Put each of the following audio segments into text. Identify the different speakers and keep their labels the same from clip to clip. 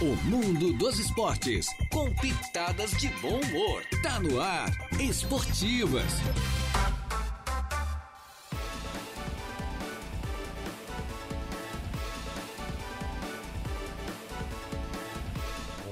Speaker 1: O mundo dos esportes, com pitadas de bom humor. Tá no ar, Esportivas.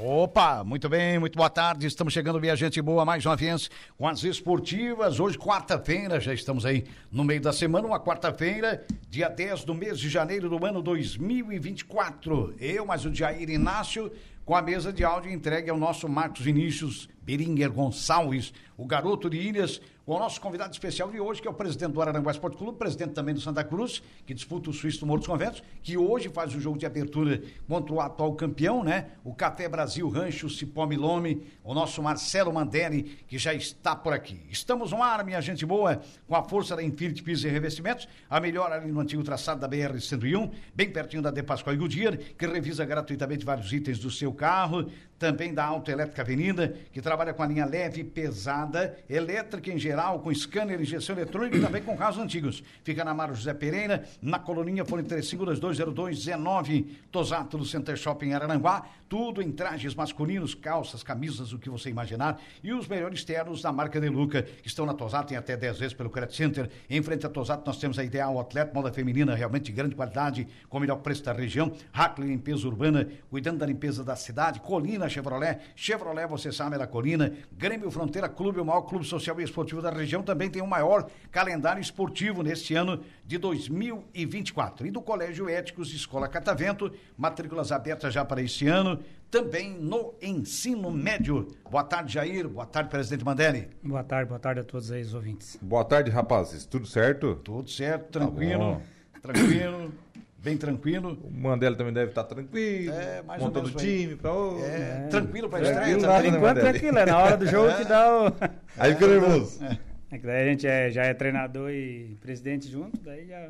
Speaker 2: Opa, muito bem, muito boa tarde. Estamos chegando, minha gente boa, mais uma vez com as esportivas. Hoje, quarta-feira, já estamos aí no meio da semana, uma quarta-feira, dia 10 do mês de janeiro do ano 2024. Eu, mais o Jair Inácio, com a mesa de áudio entregue ao nosso Marcos Vinícius Beringer Gonçalves, o garoto de Ilhas, com o nosso convidado especial de hoje, que é o presidente do Araranguá Esporte Clube, presidente também do Santa Cruz, que disputa o Suíço do Morro dos Conventos, que hoje faz o jogo de abertura contra o atual campeão, né? O Café Brasil Rancho Cipó Milome, o nosso Marcelo Manderi, que já está por aqui. Estamos no ar, minha gente boa, com a força da Infinity Pisos e Revestimentos, a melhor ali no antigo traçado da BR-101, bem pertinho da De Pascoal e Goodyear, que revisa gratuitamente vários itens do seu carro, também da Autoelétrica Avenida, que trabalha com a linha leve, pesada, elétrica em geral, com scanner, injeção eletrônica e também com carros antigos. Fica na Mário José Pereira, na coluninha Fone 35220219, Tosato, no Center Shopping Araranguá. Tudo em trajes masculinos, calças, camisas, o que você imaginar. E os melhores ternos da marca Deluca, que estão na Tosato em até 10 vezes pelo Credit Center. Em frente à Tosato, nós temos a Ideal Atleta, moda feminina, realmente de grande qualidade, com o melhor preço da região. Hackley Limpeza Urbana, cuidando da limpeza da cidade. Colina Chevrolet. Chevrolet, você sabe, é da Colina. Grêmio Fronteira Clube, o maior clube social e esportivo da região, também tem o maior calendário esportivo neste ano de 2024. E do Colégio Éticos Escola Catavento, matrículas abertas já para este ano, também no ensino médio. Boa tarde, Jair. Boa tarde, presidente Mandelli.
Speaker 3: Boa tarde, boa tarde a todos aí os ouvintes.
Speaker 4: Boa tarde, rapazes. Tudo certo?
Speaker 2: Tudo certo, tranquilo, tranquilo. Bem tranquilo.
Speaker 4: O Mandela também deve estar tranquilo.
Speaker 2: É, mais ou
Speaker 4: montando o
Speaker 2: menos aí.
Speaker 4: time. Pra... ô.
Speaker 2: É, Tranquilo para a
Speaker 4: Tranquilo,
Speaker 2: estreia,
Speaker 4: nada,
Speaker 2: também.
Speaker 3: Por enquanto é
Speaker 4: Vanderlei?
Speaker 3: aquilo, é na hora do jogo que dá o.
Speaker 4: Aí fica nervoso.
Speaker 3: É que daí a gente é- já é treinador e presidente junto, daí já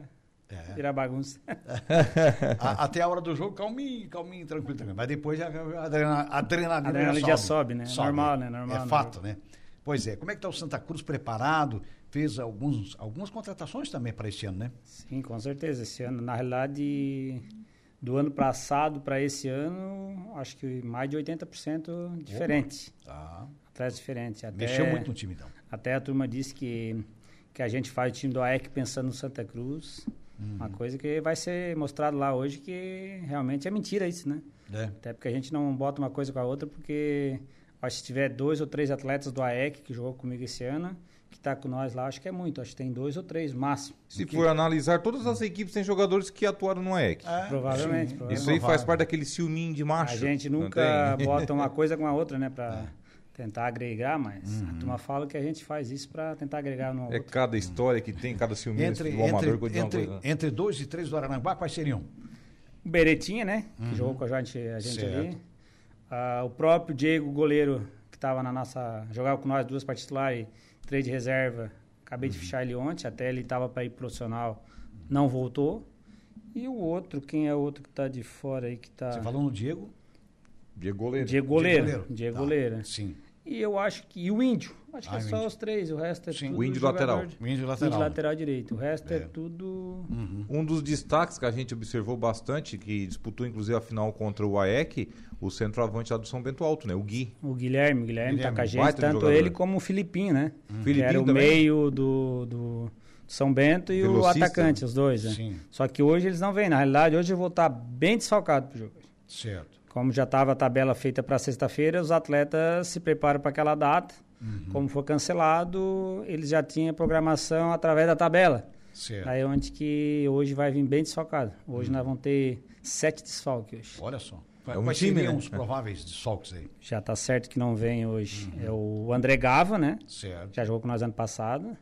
Speaker 2: É.
Speaker 3: vira bagunça.
Speaker 2: A- até a hora do jogo, calminho, calminho, tranquilo, tranquilo. Mas depois já- já- a adrena- a adrenalina,
Speaker 3: Adrenalina já sobe, né? Normal, né?
Speaker 2: é
Speaker 3: Normal, né?
Speaker 2: fato, né? Pois é. Como é que está o Santa Cruz preparado? Fez alguns, algumas contratações também para este ano, né?
Speaker 3: Sim, com certeza. Esse ano, na realidade, do ano passado para esse ano, acho que mais de 80% diferente.
Speaker 2: Tá.
Speaker 3: Atrás diferente. Até,
Speaker 2: Mexeu muito no time, então.
Speaker 3: Até a turma disse que, que a gente faz o time do AEC pensando no Santa Cruz.
Speaker 2: Uhum.
Speaker 3: Uma coisa que vai ser mostrado lá hoje que realmente é mentira isso, né?
Speaker 2: É.
Speaker 3: Até porque a gente não bota uma coisa com a outra, porque acho que se tiver dois ou três atletas do AEC que jogou comigo esse ano, que está com nós lá, acho que é muito. Acho que tem dois ou três, máximo.
Speaker 4: Se for analisar, todas as equipes têm jogadores que atuaram no AEC.
Speaker 2: É.
Speaker 3: Provavelmente,
Speaker 4: Isso
Speaker 3: provavelmente.
Speaker 4: aí faz parte daquele ciúminho de macho.
Speaker 3: A gente
Speaker 4: não
Speaker 3: nunca
Speaker 4: tem? É.
Speaker 3: bota uma coisa com a outra, né? Pra tentar agregar, mas a turma fala que a gente faz isso pra tentar agregar no
Speaker 4: Uhum. É
Speaker 3: outro.
Speaker 4: cada história que tem, cada ciúminho
Speaker 2: Entre,
Speaker 4: do amador que eu
Speaker 2: entre,
Speaker 4: digo uma
Speaker 2: entre,
Speaker 4: coisa, né?
Speaker 2: entre dois e três do Araranguá, quais seriam?
Speaker 3: O Beretinha, né? Que jogou com a gente, a gente ali.
Speaker 2: Uhum. Certo.
Speaker 3: Ah, o próprio Diego, goleiro, que estava na nossa. jogava com nós duas para titular e três de reserva. Acabei
Speaker 2: Uhum.
Speaker 3: de fechar ele ontem, até ele estava para ir profissional, não voltou. E o outro, quem é o outro que tá de fora aí que tá.
Speaker 2: Você falou no Diego?
Speaker 4: Diego goleiro.
Speaker 3: Diego Goleiro.
Speaker 2: Diego
Speaker 3: Diego
Speaker 2: Goleiro.
Speaker 3: Goleiro.
Speaker 2: Tá. Sim.
Speaker 3: E eu acho que. E o Índio. Acho que
Speaker 2: Ah,
Speaker 3: é
Speaker 2: o
Speaker 3: só
Speaker 2: Índio.
Speaker 3: os três, o resto é
Speaker 2: Sim.
Speaker 3: tudo.
Speaker 4: O Índio
Speaker 3: jogador
Speaker 4: lateral.
Speaker 3: de-
Speaker 2: O Índio lateral. né?
Speaker 3: Índio lateral direito. O resto é,
Speaker 2: É.
Speaker 3: tudo.
Speaker 4: Um dos destaques que a gente observou bastante, que disputou inclusive a final contra o AEC, o centroavante lá do São Bento Alto, né? O Gui.
Speaker 3: O Guilherme, o Guilherme,
Speaker 2: Guilherme,
Speaker 3: tá com a gente,
Speaker 4: baita de
Speaker 3: tanto
Speaker 4: jogador. Uhum.
Speaker 3: ele como o Filipinho, né? Que
Speaker 4: Filipinho
Speaker 3: era o
Speaker 4: também.
Speaker 3: meio do, do São Bento e
Speaker 4: Velocista.
Speaker 3: o atacante, os dois, né?
Speaker 2: Sim.
Speaker 3: Só que hoje eles não vêm. Na realidade, hoje eu vou estar bem desfalcado pro jogo.
Speaker 2: Certo.
Speaker 3: Como já estava a tabela feita para sexta-feira, os atletas se preparam para aquela data.
Speaker 4: Uhum.
Speaker 3: Como foi cancelado, eles já tinham programação através da tabela.
Speaker 4: É.
Speaker 2: Certo.
Speaker 3: Aí é onde que hoje vai vir bem desfalcado.
Speaker 4: Uhum.
Speaker 3: Hoje nós vamos ter sete desfalques hoje.
Speaker 2: Olha só.
Speaker 4: um
Speaker 2: quais
Speaker 4: time,
Speaker 2: seriam
Speaker 4: né?
Speaker 2: os prováveis desfalques aí?
Speaker 3: Já tá certo que não vem hoje.
Speaker 4: Uhum.
Speaker 3: É o André Gava, né?
Speaker 2: Certo.
Speaker 3: já jogou com nós ano passado.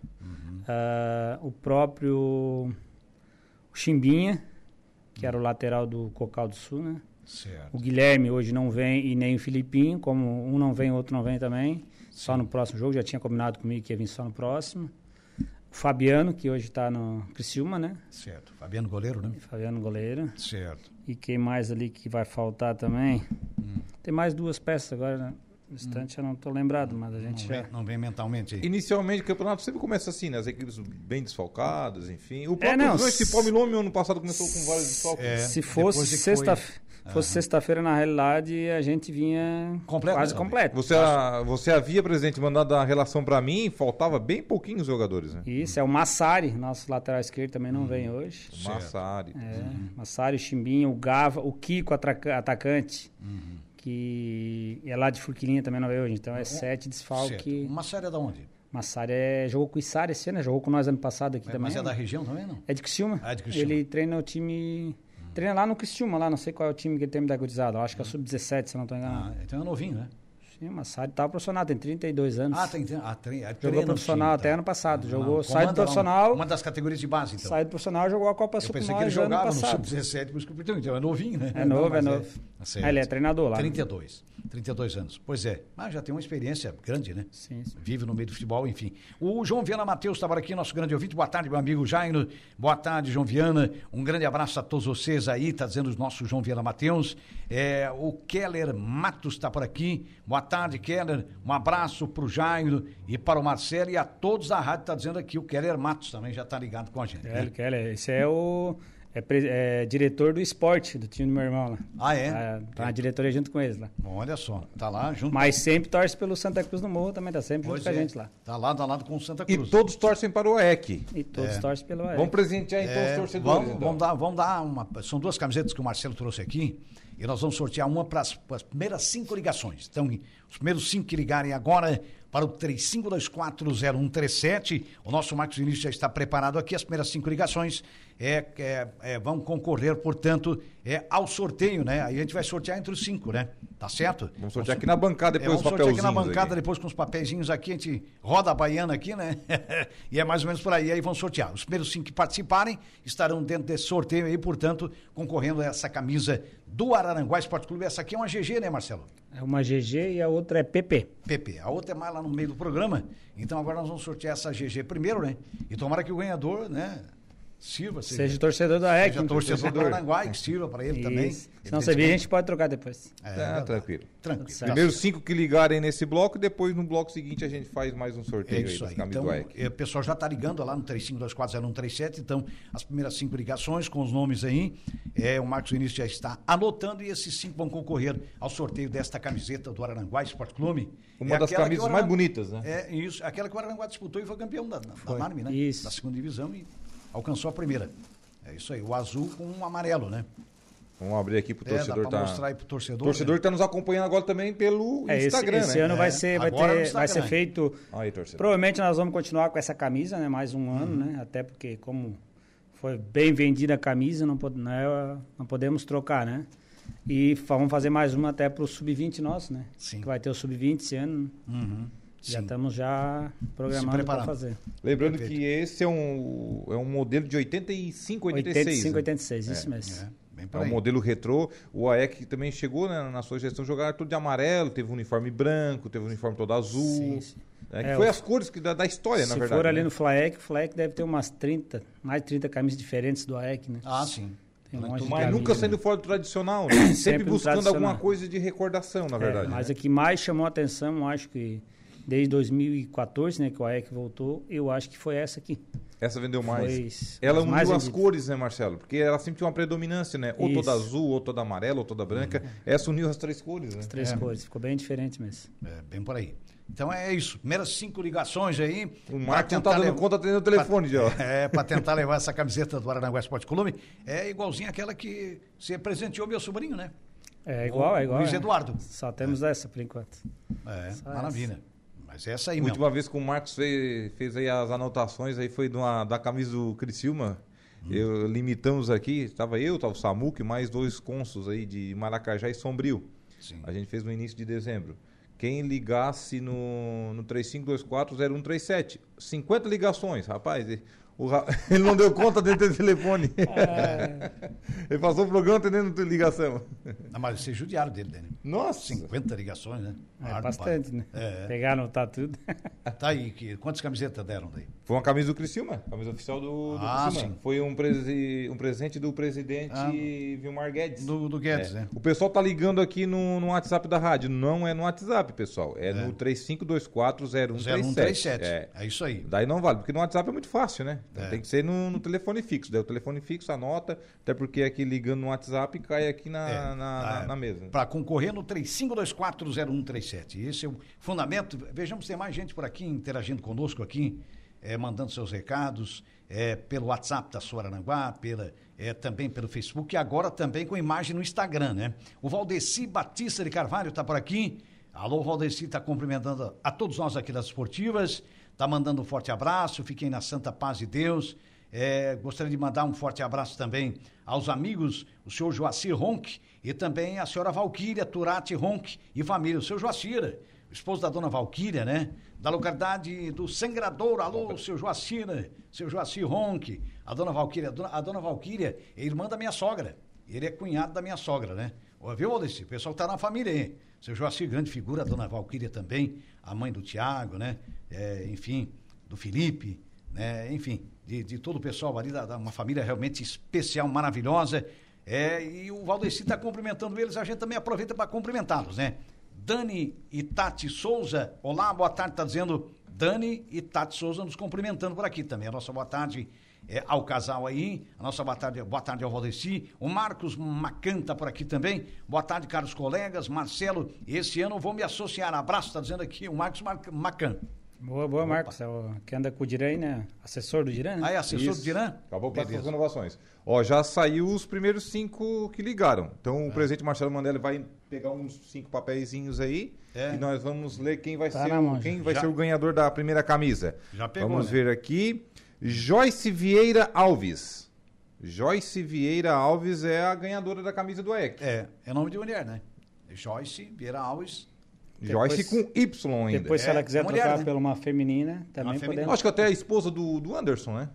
Speaker 3: Ah, o próprio Chimbinha, que era o lateral do Cocal do Sul, né?
Speaker 2: Certo.
Speaker 3: O Guilherme hoje não vem e nem o Filipinho, como um não vem, o outro não vem também. Só no próximo jogo, já tinha combinado comigo que ia vir só no próximo. O Fabiano, que hoje está no Criciúma, né?
Speaker 2: Certo. Fabiano Goleiro, né?
Speaker 3: Fabiano goleiro.
Speaker 2: Certo.
Speaker 3: E quem mais ali que vai faltar também? Tem mais duas peças agora, né? no instante eu não estou lembrado, mas a gente
Speaker 2: Não
Speaker 3: já...
Speaker 2: vem, não vem mentalmente aí.
Speaker 4: Inicialmente o campeonato sempre começa assim, né? As equipes bem desfalcadas, enfim. O
Speaker 3: É,
Speaker 4: próprio
Speaker 3: não,
Speaker 4: Esse
Speaker 3: s-
Speaker 4: Palmilome ano passado começou com vários desfalques.
Speaker 2: É.
Speaker 3: Se
Speaker 2: depois
Speaker 3: fosse
Speaker 2: que
Speaker 3: sexta
Speaker 2: foi- É.
Speaker 3: fosse sexta-feira, na realidade, a gente vinha
Speaker 2: Completo, né?
Speaker 3: quase
Speaker 2: também.
Speaker 3: completo.
Speaker 4: Você, a- você havia, presidente, mandado a relação para mim e faltava bem pouquinhos jogadores, né?
Speaker 3: Isso, é o Massari, nosso lateral esquerdo também
Speaker 2: Uhum.
Speaker 3: não vem hoje.
Speaker 4: O Massari.
Speaker 3: É, Massari, o Chimbinha, o Gava, o Kiko, atraca- atacante,
Speaker 2: Uhum.
Speaker 3: que é lá de Furquilinha também não veio hoje. Então é sete
Speaker 2: Certo.
Speaker 3: desfalque.
Speaker 2: Uma série é da onde?
Speaker 3: Massari é, jogou com o Isara esse ano, né? jogou com nós ano passado aqui
Speaker 2: É,
Speaker 3: também.
Speaker 2: mas é da
Speaker 3: né?
Speaker 2: região também, não?
Speaker 3: É de Criciúma.
Speaker 2: Ah, é de Criciúma.
Speaker 3: Ele treina o time. Treina lá no Criciúma, lá, não sei qual é o time que ele tem da gurizada. eu Acho que é
Speaker 2: Uhum.
Speaker 3: o Sub-17, se eu não estou enganado.
Speaker 2: Ah, então é novinho, né?
Speaker 3: Sim, o Massari tá profissional, tem 32 anos.
Speaker 2: Ah, tem. tem ah, tre... ah, treina
Speaker 3: Jogou
Speaker 2: o
Speaker 3: profissional
Speaker 2: time, tá.
Speaker 3: até ano passado.
Speaker 2: Ah,
Speaker 3: Jogou,
Speaker 2: não,
Speaker 3: sai do
Speaker 2: comanda lá
Speaker 3: profissional,
Speaker 2: Uma, uma das categorias de base, então.
Speaker 3: sai do profissional, jogou a Copa
Speaker 2: Eu pensei que ele
Speaker 3: Sucumais ano
Speaker 2: jogava no
Speaker 3: passado.
Speaker 2: sub-17, mas então, então é novinho, né?
Speaker 3: É novo, é
Speaker 2: mas
Speaker 3: novo.
Speaker 2: Tá certo.
Speaker 3: Ah, ele é treinador lá. né?
Speaker 2: 32, 32 anos. Pois é, mas já tem uma experiência grande, né?
Speaker 3: Sim, sim.
Speaker 2: Vive no meio do futebol, enfim. O João Viana Matheus estava aqui, nosso grande ouvinte. Boa tarde, meu amigo Jairo. Boa tarde, João Viana. Um grande abraço a todos vocês aí, tá dizendo o nosso João Viana Matheus. É, o Keller Matos está por aqui. Boa tarde, Keller. Um abraço para o Jairo e para o Marcelo e a todos da rádio, está dizendo aqui. O Keller Matos também já está ligado com a gente.
Speaker 3: É,
Speaker 2: né?
Speaker 3: ele que é, esse é o é pre- é diretor do esporte do time do meu irmão lá.
Speaker 2: Ah, é?
Speaker 3: Tá, tá na diretoria junto com eles lá.
Speaker 2: Olha só, tá lá junto.
Speaker 3: Mas sempre torce pelo Santa Cruz do Morro, também tá sempre
Speaker 2: Pois
Speaker 3: junto com
Speaker 2: é,
Speaker 3: a gente lá.
Speaker 2: Tá lado a lado com o Santa
Speaker 4: E
Speaker 2: Cruz.
Speaker 4: todos torcem para o AEC.
Speaker 3: E todos torcem pelo AEC.
Speaker 4: Vamos presentear então
Speaker 2: É,
Speaker 4: os torcedores.
Speaker 2: vamos,
Speaker 4: então.
Speaker 2: vamos dar, vamos dar uma. São duas camisetas que o Marcelo trouxe aqui. E nós vamos sortear uma para as primeiras cinco ligações. Então, os primeiros cinco que ligarem agora para o 35240137. O nosso Marcos Vinícius já está preparado aqui. As primeiras cinco ligações é, é- é, vão concorrer, portanto, é, ao sorteio, né? Aí a gente vai sortear entre os cinco, né? Tá certo?
Speaker 4: Vamos sortear Um aqui na bancada depois
Speaker 2: é,
Speaker 4: os
Speaker 2: vamos sortear aqui na
Speaker 4: papelzinhos
Speaker 2: bancada
Speaker 4: aí.
Speaker 2: depois com os papeizinhos aqui, a gente roda a baiana aqui, né? e é mais ou menos por aí, aí vão sortear. Os primeiros cinco que participarem estarão dentro desse sorteio aí, portanto, concorrendo a essa camisa do Araranguá Esporte Clube. Essa aqui é uma GG, né, Marcelo?
Speaker 3: É uma GG e a outra é PP.
Speaker 2: PP. A outra é mais lá no meio do programa. Então agora nós vamos sortear essa GG primeiro, né? E tomara que o ganhador, né, sirva.
Speaker 3: Seja torcedor do AEC.
Speaker 2: seja torcedor do Araranguá e que sirva para ele também.
Speaker 3: Isso. Se não servir, a gente pode trocar depois.
Speaker 2: É,
Speaker 4: Tá, tranquilo.
Speaker 2: Tranquilo.
Speaker 3: Tá
Speaker 4: Primeiro cinco que ligarem nesse bloco, depois no bloco seguinte a gente faz mais um
Speaker 2: É
Speaker 4: sorteio aí
Speaker 2: isso
Speaker 4: das
Speaker 2: aí.
Speaker 4: camisas
Speaker 2: Então,
Speaker 4: do AEC.
Speaker 2: eh, o pessoal já está ligando lá no 35240137. Então, as primeiras cinco ligações com os nomes aí. É, o Marcos Vinícius já está anotando e esses cinco vão concorrer ao sorteio desta camiseta do Araranguá Esporte Clube. É
Speaker 4: Uma das
Speaker 2: aquela que
Speaker 4: camisas
Speaker 2: o
Speaker 4: mais bonitas, né?
Speaker 2: É isso. Aquela que o Araranguá disputou e foi campeão da, da, da Marme, né?
Speaker 3: Isso.
Speaker 2: Da segunda divisão e alcançou a primeira. É isso aí. O azul com o amarelo, né?
Speaker 4: Vamos abrir aqui pro
Speaker 2: É,
Speaker 4: torcedor.
Speaker 2: dá para
Speaker 4: tá...
Speaker 2: mostrar aí pro torcedor.
Speaker 4: torcedor
Speaker 2: né?
Speaker 4: está nos acompanhando agora também pelo
Speaker 3: É, esse,
Speaker 4: Instagram,
Speaker 3: esse
Speaker 4: né?
Speaker 3: ano
Speaker 2: É,
Speaker 3: vai ser, vai,
Speaker 2: agora no
Speaker 3: ter, vai ser
Speaker 2: Instagram.
Speaker 3: feito.
Speaker 4: Aí, torcedor.
Speaker 3: Provavelmente nós vamos continuar com essa camisa, né? Mais um ano, né? Até porque como foi bem vendida a camisa, não, pod- não, é- não podemos trocar, né? E fa- vamos fazer mais uma até para o sub-20 nosso, né?
Speaker 2: Sim.
Speaker 3: Que vai ter o sub-20 esse ano. né?
Speaker 2: Uhum.
Speaker 3: Já tá-
Speaker 2: Sim.
Speaker 3: estamos já programando para
Speaker 2: preparando.
Speaker 3: fazer.
Speaker 4: Lembrando
Speaker 2: Perfeito.
Speaker 4: que esse é um, é um modelo de 85, 86.
Speaker 3: 85,
Speaker 4: né?
Speaker 3: 86, isso mesmo.
Speaker 2: É, bem
Speaker 4: É
Speaker 2: por
Speaker 4: um
Speaker 2: aí.
Speaker 4: modelo retrô. O AEC também chegou né, na sua gestão, jogaram tudo de amarelo, teve um uniforme branco, teve um uniforme todo azul.
Speaker 3: Sim, sim.
Speaker 4: né, que
Speaker 3: É,
Speaker 4: foi
Speaker 3: o-
Speaker 4: as cores que da, da história,
Speaker 3: Se
Speaker 4: na verdade.
Speaker 3: for ali
Speaker 4: né?
Speaker 3: no Flaec, o Flaec deve ter umas 30, mais de 30 camisas diferentes do AEC, né?
Speaker 2: Ah, sim.
Speaker 3: Tem um monte de
Speaker 4: Mas
Speaker 3: camisa,
Speaker 4: nunca
Speaker 3: né?
Speaker 4: saindo fora do tradicional, né? sempre,
Speaker 3: Sempre no
Speaker 4: buscando
Speaker 3: tradicional.
Speaker 4: alguma coisa de recordação, na
Speaker 3: É,
Speaker 4: verdade.
Speaker 3: mas
Speaker 4: né?
Speaker 3: o que mais chamou a atenção, eu acho que desde 2014, né, que o AEC voltou, eu acho que foi essa aqui.
Speaker 4: Essa vendeu mais.
Speaker 3: Pois,
Speaker 4: Ela
Speaker 3: as
Speaker 4: uniu
Speaker 3: mais
Speaker 4: as
Speaker 3: vendidas.
Speaker 4: cores, né, Marcelo? Porque ela sempre tinha uma predominância, né? Ou toda
Speaker 3: Isso. Uhum.
Speaker 4: azul, ou toda amarela, ou toda branca. Essa uniu as três cores, né?
Speaker 3: Três cores, ficou bem diferente mesmo.
Speaker 2: É, bem por aí. Então é isso. Primeiras cinco ligações aí.
Speaker 4: O
Speaker 2: pra
Speaker 4: Marco não
Speaker 2: tentar
Speaker 4: tá dando
Speaker 2: levar-
Speaker 4: conta atendendo o telefone, já.
Speaker 2: É, para tentar levar essa camiseta do Aranaguá Esporte Clube. É igualzinha aquela que você presenteou meu sobrinho, né?
Speaker 3: É igual, é igual.
Speaker 2: Luiz
Speaker 3: é.
Speaker 2: Eduardo.
Speaker 3: Só temos essa por enquanto.
Speaker 2: É,
Speaker 3: Só
Speaker 2: maravilha. Mas é essa aí
Speaker 4: A
Speaker 2: mesmo.
Speaker 4: última vez que o Marcos fez, fez aí as anotações aí foi de uma- da camisa do Criciúma. Eu, limitamos aqui, estava eu, estava o Samuc, mais dois cônsuls aí de Maracajá e Sombrio.
Speaker 2: Sim.
Speaker 4: A gente fez no início de dezembro. Quem ligasse no, no 35240137, 50 ligações, rapaz. e- o ra- ele não deu conta dentro do telefone. ele passou o programa atendendo ligação.
Speaker 2: Não, mas vocês judiaram dele, né?
Speaker 4: Nossa!
Speaker 2: 50 ligações, né? É,
Speaker 3: É
Speaker 2: Bárbaro.
Speaker 3: bastante, né?
Speaker 2: É.
Speaker 3: Pegar, anotar tudo.
Speaker 2: Tá aí, que, quantas camisetas deram daí?
Speaker 4: Foi uma camisa do Criciúma, camisa oficial do, do
Speaker 2: Ah,
Speaker 4: Criciúma.
Speaker 2: sim.
Speaker 4: Foi um, presi- um presente do presidente
Speaker 2: Ah,
Speaker 4: Vilmar Guedes.
Speaker 2: Do, do Guedes,
Speaker 4: É.
Speaker 2: né?
Speaker 4: O pessoal tá ligando aqui no, no WhatsApp da rádio. Não é no WhatsApp, pessoal. É, no 35240137.
Speaker 2: 0137.
Speaker 4: É.
Speaker 2: É. isso aí.
Speaker 4: Daí não vale, porque no WhatsApp é muito fácil, né? Então Tem que ser no, no telefone fixo. Daí o telefone fixo anota, até porque aqui ligando no WhatsApp cai aqui na,
Speaker 2: É,
Speaker 4: na, na- na mesa.
Speaker 2: Para concorrer no 35240137. Esse é o fundamento. Vejamos, tem mais gente por aqui interagindo conosco aqui, eh, mandando seus recados, eh, pelo WhatsApp da Suarananguá, pela, eh, também pelo Facebook e agora também com imagem no Instagram, né? O Valdeci Batista de Carvalho está por aqui. Alô, Valdeci, está cumprimentando a- a todos nós aqui das esportivas, está mandando um forte abraço, fiquem na santa paz de Deus. É, gostaria de mandar um forte abraço também aos amigos, o senhor Joacir Ronque e também a senhora Valquíria Turati Ronque e família. O senhor Joacira, esposo da dona Valquíria, né? Da localidade do Sangrador. Alô, seu Joacira, seu Joacir Ronque, a dona Valquíria. A dona, a dona Valquíria é irmã da minha sogra. Ele é cunhado da minha sogra, né? Ó, Viu, Valdeci? O pessoal que tá na família aí. Seu Joacir, grande figura, a dona Valquíria também, a mãe do Tiago, né? É, enfim, do Felipe, né? Enfim, de, de todo o pessoal ali, da, da- uma família realmente especial, maravilhosa. É, e o Valdeci está cumprimentando eles, a gente também aproveita para cumprimentá-los, né? Dani e Tati Souza, olá, boa tarde, está dizendo Dani e Tati Souza nos cumprimentando por aqui também. A nossa boa tarde é, ao casal aí, a nossa boa tarde, boa tarde ao Valdeci, o Marcos Macanta por aqui também, boa tarde caros colegas, Marcelo, esse ano eu vou me associar, abraço, está dizendo aqui o Marcos Mar- Macan.
Speaker 3: Boa, boa, Marcos. É o que anda com o Diran, aí, né? Assessor do Diran. né?
Speaker 2: Aí, Ah, é assessor
Speaker 4: Isso.
Speaker 2: do Dirã?
Speaker 4: Acabou com Tá essas
Speaker 2: Beleza.
Speaker 4: renovações. Ó, já saiu os primeiros cinco que ligaram.
Speaker 2: É.
Speaker 4: Então o presidente Marcelo Mandelli vai pegar uns cinco papeizinhos aí
Speaker 2: É.
Speaker 4: e nós vamos ler quem vai,
Speaker 3: Tá
Speaker 4: ser
Speaker 3: na
Speaker 4: o,
Speaker 3: mão,
Speaker 4: quem
Speaker 3: já.
Speaker 4: vai
Speaker 2: Já.
Speaker 4: ser o ganhador da primeira camisa.
Speaker 2: Já pegou,
Speaker 4: Vamos
Speaker 2: né?
Speaker 4: ver aqui. Joyce Vieira Alves. Joyce Vieira Alves é a ganhadora da camisa do AEC.
Speaker 2: É, é nome de mulher, né? Joyce Vieira Alves.
Speaker 4: Joyce com Y ainda.
Speaker 3: Depois, se
Speaker 2: É,
Speaker 3: ela quiser
Speaker 2: é mulher,
Speaker 3: trocar
Speaker 2: né?
Speaker 3: por uma feminina, também
Speaker 2: Uma feminina.
Speaker 3: podemos.
Speaker 4: Acho que até a esposa do, do Anderson, né?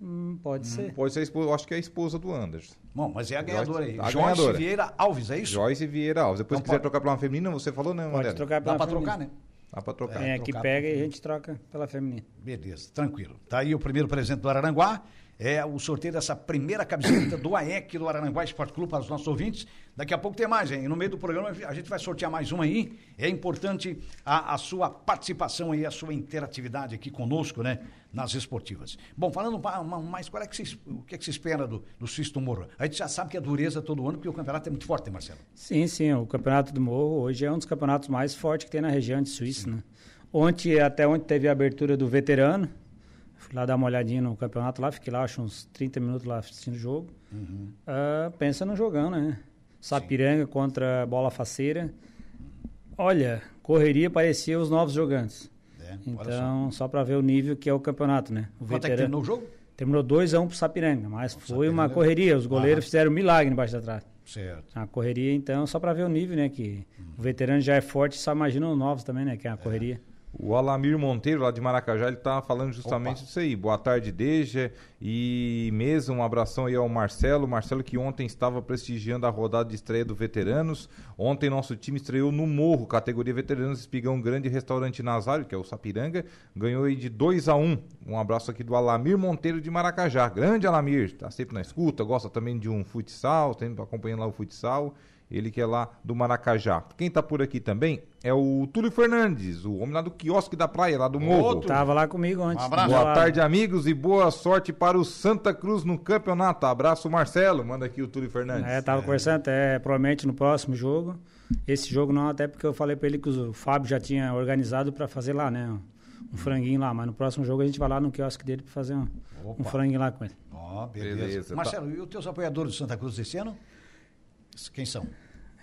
Speaker 3: Hum, pode ser.
Speaker 4: Pode ser a esposa, acho que é a esposa do Anderson.
Speaker 2: Bom, mas é a ganhadora aí.
Speaker 4: a
Speaker 2: Joyce
Speaker 4: ganhadora.
Speaker 2: Vieira Alves, é isso?
Speaker 4: Joyce Vieira Alves. Depois,
Speaker 2: Não
Speaker 4: se quiser
Speaker 2: pode.
Speaker 4: trocar pra uma feminina, você falou, né,
Speaker 3: Pode
Speaker 4: Mandelli?
Speaker 3: trocar É.
Speaker 2: Dá
Speaker 3: pela
Speaker 2: pra
Speaker 3: feminina.
Speaker 2: trocar, né?
Speaker 4: Dá pra trocar.
Speaker 3: Tem aqui,
Speaker 2: trocar pela
Speaker 3: pega e a gente troca pela feminina.
Speaker 2: Beleza, tranquilo. Tá aí o primeiro presente do Araranguá. É o sorteio dessa primeira camiseta do AEC do Araranguá Esporte Clube para os nossos ouvintes. Daqui a pouco tem mais, hein? No meio do programa a gente vai sortear mais uma aí. É importante a, a sua participação aí, a sua interatividade aqui conosco, né? Nas esportivas. Bom, falando ma- ma- mais, qual é que se, o que é que se espera do, do Sisto Moro? A gente já sabe que é dureza todo ano, porque o campeonato é muito forte, né, Marcelo?
Speaker 3: Sim, sim. O Campeonato do Morro hoje é um dos campeonatos mais fortes que tem na região de Suíça, né? Ontem, até ontem, teve a abertura do veterano. Fui lá dar uma olhadinha no campeonato lá, fiquei lá, acho uns 30 minutos lá assistindo o jogo.
Speaker 2: Uhum.
Speaker 3: Ah, pensa no jogão, né? Sapiranga contra Bola Faceira. Olha, correria parecia os novos jogantes.
Speaker 2: É, olha só.
Speaker 3: Então, só para ver o nível que é o campeonato, né? O
Speaker 2: Quanto é que terminou o jogo?
Speaker 3: Terminou 2 a 1 um pro Sapiranga, mas foi
Speaker 2: Sapiranga-
Speaker 3: uma
Speaker 2: Ah.
Speaker 3: correria. Os goleiros
Speaker 2: Aham.
Speaker 3: fizeram um milagre embaixo da trave.
Speaker 2: Certo.
Speaker 3: A correria, então, só para ver o nível, né? Que o veterano já é forte, só imagina os novos também, né? Que é a correria.
Speaker 4: O Alamir Monteiro, lá de Maracajá, ele tá falando justamente
Speaker 2: Opa.
Speaker 4: disso aí. Boa tarde, Deja. E mesmo um abração aí ao Marcelo. Marcelo que ontem estava prestigiando a rodada de estreia do Veteranos. Ontem nosso time estreou no Morro, categoria Veteranos Espigão Grande Restaurante Nazário, que é o Sapiranga. Ganhou aí de 2 a 1 um. um abraço aqui do Alamir Monteiro de Maracajá. Grande Alamir, tá sempre na escuta, gosta também de um futsal, sempre acompanhando lá o futsal. Ele que é lá do Maracajá. Quem tá por aqui também é o Túlio Fernandes, o homem lá do quiosque da praia, lá do Morro.
Speaker 2: Outro.
Speaker 3: Tava lá comigo antes.
Speaker 2: Um abraço.
Speaker 3: do
Speaker 4: Boa
Speaker 3: lado.
Speaker 4: tarde, amigos, e boa sorte para o Santa Cruz no campeonato. Abraço, Marcelo. Manda aqui o Túlio Fernandes.
Speaker 3: É, tava conversando até, provavelmente, no próximo jogo. Esse jogo não, até porque eu falei para ele que o Fábio já tinha organizado para fazer lá, né? Um franguinho lá, mas no próximo jogo a gente vai lá no quiosque dele para fazer um, um
Speaker 2: Opa.
Speaker 3: franguinho lá com ele.
Speaker 2: Ó, beleza.
Speaker 4: Beleza, tá.
Speaker 2: Marcelo, e os teus apoiadores de Santa Cruz desse ano? Quem são?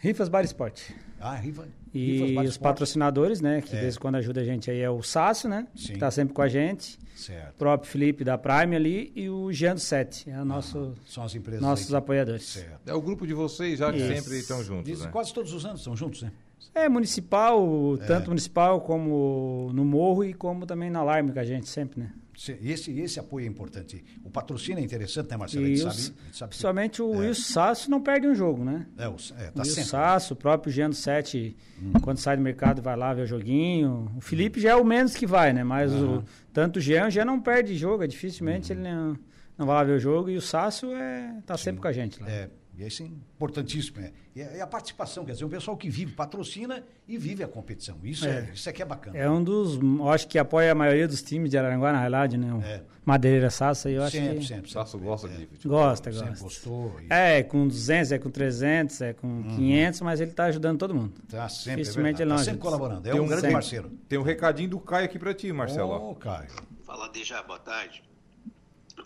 Speaker 3: Rifas Bar Esporte.
Speaker 2: Ah, Riva.
Speaker 3: E
Speaker 2: Rivas Bar
Speaker 3: os
Speaker 2: Esporte.
Speaker 3: patrocinadores, né? Que
Speaker 2: É.
Speaker 3: de vez em quando ajuda a gente aí é o Sácio, né?
Speaker 2: Sim.
Speaker 3: Que tá sempre com a gente. O
Speaker 2: Certo.
Speaker 3: próprio Felipe da Prime ali e o Jean do 7. É o nosso,
Speaker 2: São as empresas.
Speaker 3: nossos
Speaker 2: aí.
Speaker 3: apoiadores.
Speaker 2: Certo.
Speaker 4: É o grupo de vocês já que
Speaker 3: Isso.
Speaker 4: sempre estão juntos,
Speaker 2: Diz,
Speaker 4: né?
Speaker 2: Quase todos os anos estão juntos, né?
Speaker 3: É,
Speaker 2: É.
Speaker 3: municipal, tanto municipal como no morro e como também na alarme com a gente sempre, né?
Speaker 2: Se- Esse, esse apoio é importante. O patrocínio é interessante, né, Marcelo? A
Speaker 3: E
Speaker 2: gente
Speaker 3: os-
Speaker 2: sabe, a gente sabe que-
Speaker 3: principalmente o Wilson Sasso não perde um jogo, né?
Speaker 2: É, o, é, tá
Speaker 3: o Wilson
Speaker 2: sempre. Hum.
Speaker 3: Sasso, o próprio Jean do 7, quando sai do mercado, vai lá ver o joguinho. O Felipe já é o menos que vai, né? Mas o, tanto o Jean, o Jean não perde jogo, é, dificilmente
Speaker 2: Uhum.
Speaker 3: ele não, não vai lá ver o jogo. E o Sasso é, tá sempre com a gente lá.
Speaker 2: É, e isso é importantíssimo. né? E é, é a participação, quer dizer, o pessoal que vive, patrocina e vive a competição. Isso é, isso é que é bacana.
Speaker 3: É um dos, eu acho que apoia a maioria dos times de Araranguá, na realidade, né? O
Speaker 2: É.
Speaker 3: Madeireira Sasso, aí eu acho
Speaker 2: sempre,
Speaker 3: que...
Speaker 2: sempre, sempre.
Speaker 4: Sasso gosta
Speaker 2: É.
Speaker 4: de futebol.
Speaker 3: Gosta,
Speaker 2: Sempre
Speaker 3: gosta.
Speaker 2: gostou. e
Speaker 3: É, com 200, é com 300, é com
Speaker 2: Uhum.
Speaker 3: 500, mas ele tá ajudando todo mundo.
Speaker 2: Tá sempre, é
Speaker 3: Dificilmente
Speaker 2: verdade,
Speaker 3: ele não
Speaker 2: tá sempre
Speaker 3: ajuda.
Speaker 2: colaborando. É
Speaker 4: Tem
Speaker 2: um
Speaker 4: um
Speaker 2: grande
Speaker 3: sempre.
Speaker 2: parceiro.
Speaker 4: Tem um recadinho do Caio aqui pra ti, Marcelo. ó.
Speaker 2: Ô, Caio.
Speaker 5: Fala Dejá, boa tarde.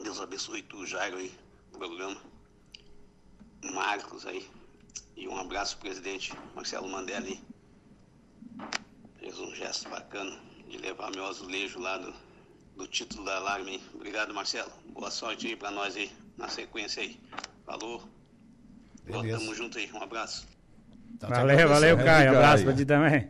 Speaker 5: Deus abençoe tu, Jairo aí, no programa. Marcos aí. E um abraço, presidente Marcelo Mandelli. Fez um gesto bacana de levar meu azulejo lá do, do título da alarme. aí. Obrigado, Marcelo. Boa sorte aí pra nós aí, na sequência aí. Falou. Ó,
Speaker 2: Beleza.
Speaker 5: Tamo junto aí, um abraço.
Speaker 2: Tá te
Speaker 3: Valeu, valeu,
Speaker 2: agradecendo.
Speaker 3: Caio.
Speaker 4: Caio.
Speaker 3: Abraço pra ti também.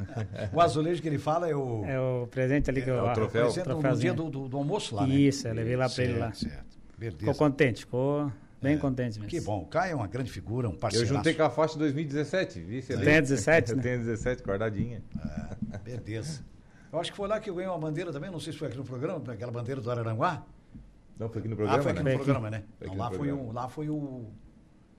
Speaker 2: O azulejo que ele fala é o.
Speaker 3: É o presente ali que eu
Speaker 4: é o troféu.
Speaker 2: apresenta um no dia
Speaker 3: troféuzinho.
Speaker 2: do, do- do almoço lá, né?
Speaker 3: Isso, eu levei lá pra ele
Speaker 2: Certo,
Speaker 3: lá.
Speaker 2: certo.
Speaker 3: Ficou
Speaker 2: Beleza.
Speaker 3: contente, ficou bem contente mesmo.
Speaker 2: É. Que bom. O Caio é uma grande figura, um
Speaker 4: Eu
Speaker 2: parceiro.
Speaker 4: juntei com a faixa de 2017, vi? se ali-
Speaker 3: Tem a 17,
Speaker 4: Eu
Speaker 3: né?
Speaker 4: tenho a 17, guardadinha.
Speaker 2: Beleza. Eu acho que foi lá que eu ganhei uma bandeira também, não sei se foi aqui no programa, aquela bandeira do Araranguá.
Speaker 4: Não, foi aqui no programa,
Speaker 2: ah, foi aqui
Speaker 4: né?
Speaker 2: no programa, né?
Speaker 4: Foi aqui
Speaker 2: Não, lá,
Speaker 4: no
Speaker 2: foi
Speaker 4: programa.
Speaker 2: o, lá foi o.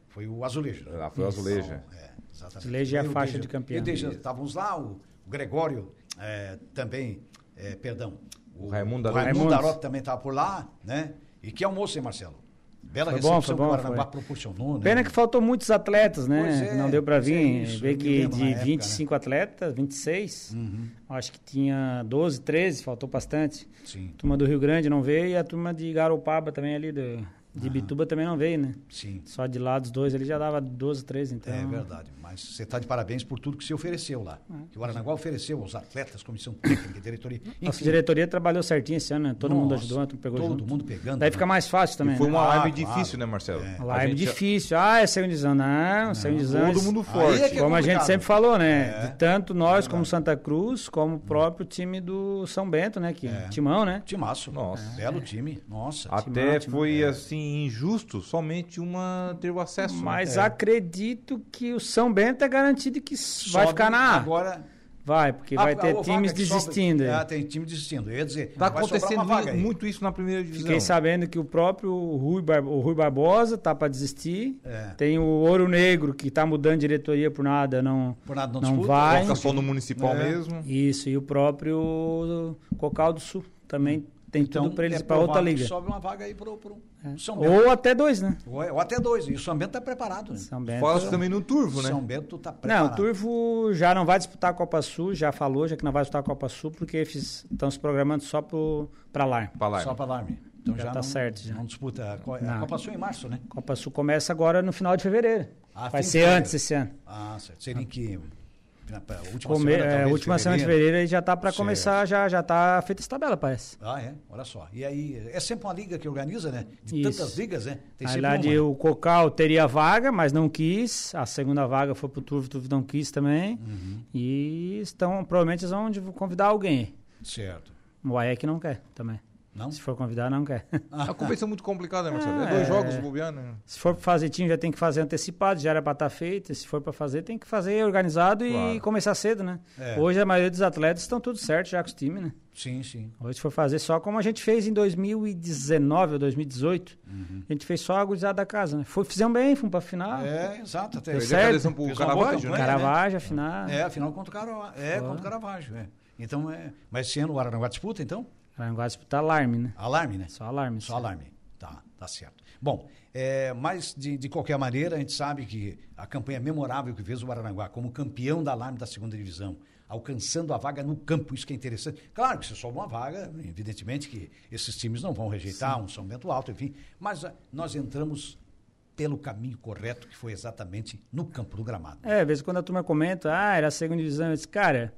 Speaker 2: Foi o azulejo. né?
Speaker 4: Lá foi o azulejo. é.
Speaker 2: É, exatamente.
Speaker 3: Azulejo é a
Speaker 2: Eu
Speaker 3: faixa
Speaker 2: deixo-
Speaker 3: de campeão.
Speaker 2: eu deixo- Estávamos lá, o Gregório eh, também, eh, perdão.
Speaker 4: O Raimundo
Speaker 2: o
Speaker 4: Arote.
Speaker 2: Raimundo
Speaker 3: Raimundo.
Speaker 2: Arote também estava por lá, né? E que almoço, hein, Marcelo? Bela
Speaker 3: Foi bom,
Speaker 2: recepção
Speaker 3: foi
Speaker 2: que o
Speaker 3: bom,
Speaker 2: Guaraná
Speaker 3: foi.
Speaker 2: proporcionou, né?
Speaker 3: Pena que faltou muitos atletas,
Speaker 2: Pois
Speaker 3: né?
Speaker 2: é,
Speaker 3: não deu pra
Speaker 2: pois é
Speaker 3: vir.
Speaker 2: isso, eu
Speaker 3: Vê
Speaker 2: me
Speaker 3: que
Speaker 2: lembro na
Speaker 3: de
Speaker 2: época, né?
Speaker 3: 25 atletas, 26,
Speaker 2: Uhum.
Speaker 3: acho que tinha 12, 13, faltou bastante.
Speaker 2: Sim,
Speaker 3: turma do Rio Grande não veio e a turma de Garopaba também ali, do,
Speaker 2: Ah.
Speaker 3: de Bituba também não veio, né?
Speaker 2: sim.
Speaker 3: Só de lá dos dois ali já dava 12, 13, então. É.
Speaker 2: É verdade, mas você está de parabéns por tudo que se ofereceu lá. Que o Aranaguá ofereceu aos atletas, comissão técnica, diretoria.
Speaker 3: Nossa
Speaker 2: enfim.
Speaker 3: diretoria trabalhou certinho esse ano, né? Todo mundo
Speaker 2: Nossa,
Speaker 3: ajudou, todo pegou
Speaker 2: todo
Speaker 3: junto.
Speaker 2: mundo pegando,
Speaker 3: Daí
Speaker 2: né?
Speaker 3: fica mais fácil também.
Speaker 4: E foi
Speaker 3: né?
Speaker 4: uma
Speaker 2: Ah,
Speaker 4: live
Speaker 2: claro.
Speaker 4: difícil, né, Marcelo?
Speaker 2: É.
Speaker 4: A
Speaker 3: Lá é
Speaker 4: gente-
Speaker 3: difícil. Ah, é Seundizão. Não, Seundizão.
Speaker 4: Todo mundo
Speaker 2: Aí é
Speaker 4: forte.
Speaker 2: que
Speaker 3: Como a
Speaker 2: complicado.
Speaker 3: gente sempre falou, né?
Speaker 2: É.
Speaker 3: De tanto nós como Santa Cruz, como o próprio time do São Bento, né? Que, Timão, né?
Speaker 2: Timaço.
Speaker 4: Nossa.
Speaker 3: É.
Speaker 2: Belo time. Nossa.
Speaker 4: Até
Speaker 3: Timão,
Speaker 4: foi, assim, injusto somente uma ter o acesso. né?
Speaker 3: Mas
Speaker 4: É.
Speaker 3: acredito que o São Bento é garantido que s- vai ficar na A.
Speaker 2: Agora.
Speaker 3: Vai, porque vai
Speaker 2: Ah,
Speaker 3: ter
Speaker 2: o Vaca
Speaker 3: times
Speaker 2: que sobra.
Speaker 3: desistindo. aí.
Speaker 2: Ah, tem time desistindo. Eu ia dizer.
Speaker 4: Tá
Speaker 2: vai sobrar
Speaker 4: acontecendo
Speaker 2: uma vaga aí.
Speaker 4: muito isso na primeira divisão.
Speaker 3: Fiquei sabendo que o próprio Rui, Bar- o Rui Barbosa tá para desistir.
Speaker 2: É.
Speaker 3: Tem o Ouro Negro que tá mudando diretoria por nada, não
Speaker 2: Por nada não
Speaker 3: não
Speaker 2: disputa.
Speaker 3: vai.
Speaker 4: Foca só no municipal
Speaker 2: É.
Speaker 4: mesmo.
Speaker 3: Isso, e o próprio Cocal do Sul também tem tudo para eles ir para outra
Speaker 2: Então, é provável que
Speaker 3: liga. É.
Speaker 2: Sobe uma vaga aí pro, pro São Bento.
Speaker 3: Ou até dois, né?
Speaker 2: Ou, é- ou até dois. E o São Bento tá preparado. Né?
Speaker 3: São Bento.
Speaker 4: Fala-se também no Turvo, né?
Speaker 2: São Bento tá preparado.
Speaker 3: Não, o Turvo já não vai disputar a Copa Sul, já falou, já que não vai disputar a Copa Sul, porque eles estão se programando só para lá.
Speaker 4: Pra lá.
Speaker 2: Só para alarme. Então
Speaker 3: é Já
Speaker 2: já,
Speaker 3: tá
Speaker 2: não,
Speaker 3: certo, já.
Speaker 2: Não disputa. A, co- a
Speaker 3: Não.
Speaker 2: Copa Sul é em março, né?
Speaker 3: Copa Sul começa agora no final de fevereiro.
Speaker 2: Ah,
Speaker 3: vai
Speaker 2: fim de
Speaker 3: ser
Speaker 2: fevereiro.
Speaker 3: antes esse ano.
Speaker 2: Ah, certo. Seria em que. na- pra- Última
Speaker 3: Come,
Speaker 2: semana,
Speaker 3: é,
Speaker 2: talvez,
Speaker 3: última semana de
Speaker 2: fevereiro.
Speaker 3: fevereiro aí já tá para começar, já, já tá feita essa tabela, parece.
Speaker 2: Ah, é? Olha só. E aí, é sempre uma liga que organiza, né? De
Speaker 3: Isso.
Speaker 2: tantas ligas, né? Tem
Speaker 3: Na
Speaker 2: sempre
Speaker 3: verdade,
Speaker 2: uma.
Speaker 3: o Cocal teria vaga, mas não quis. A segunda vaga foi pro Turvo, o Turvo não quis também.
Speaker 2: Uhum.
Speaker 3: E estão, provavelmente eles vão de- convidar alguém.
Speaker 2: Certo.
Speaker 3: O AEC não quer também.
Speaker 2: Não?
Speaker 3: Se for convidar, não quer.
Speaker 2: Ah.
Speaker 4: A competição é muito complicada, né, Marcelo? É, dois
Speaker 3: É.
Speaker 4: jogos, bobeando. né?
Speaker 3: Se for para fazer time, já tem que fazer antecipado, já era para estar feito. Se for para fazer, tem que fazer organizado
Speaker 4: Claro.
Speaker 3: e começar cedo, né?
Speaker 2: É.
Speaker 3: Hoje a maioria dos atletas estão tudo certo já com os times, né?
Speaker 2: Sim, sim.
Speaker 3: Hoje se for fazer só como a gente fez em 2019 ou 2018. A gente fez só a gurizada da casa, né? Foi, fizemos bem, fomos pra final.
Speaker 2: É, exato. Até.
Speaker 3: Deu
Speaker 4: Perdeu a
Speaker 3: certo.
Speaker 4: cabeça pro
Speaker 2: Fez uma boa
Speaker 4: Caravaggio, né?
Speaker 2: campanha.
Speaker 3: Caravaggio, a final.
Speaker 2: É, afinal contra o Caravaggio. É, contra o Caravaggio. É. Então, é... Mas esse ano o Aranaguá disputa, então?
Speaker 3: Aranguá disputar alarme, né?
Speaker 2: Alarme, né?
Speaker 3: Só alarme. assim.
Speaker 2: Só
Speaker 3: só.
Speaker 2: alarme. Tá, tá certo. Bom, é, mas de, de qualquer maneira, a gente sabe que a campanha memorável que fez o Aranaguá como campeão da alarme da segunda divisão, alcançando a vaga no campo, isso que é interessante. Claro que se sobe uma vaga, evidentemente que esses times não vão rejeitar um São Bento alto, enfim, mas ah, nós entramos pelo caminho correto, que foi exatamente no campo do gramado.
Speaker 3: É, às vezes quando a turma comenta, ah, era a segunda divisão, eu disse, cara,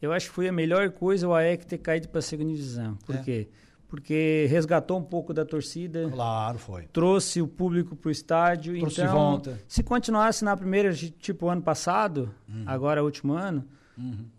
Speaker 3: eu acho que foi a melhor coisa o AEC ter caído pra segunda divisão. Por
Speaker 2: É.
Speaker 3: quê? porque resgatou um pouco da torcida,
Speaker 2: Claro, foi.
Speaker 3: trouxe o público pro estádio.
Speaker 2: Trouxe
Speaker 3: então,
Speaker 2: volta.
Speaker 3: se continuasse na primeira, de- tipo ano passado,
Speaker 2: Uhum.
Speaker 3: agora último ano,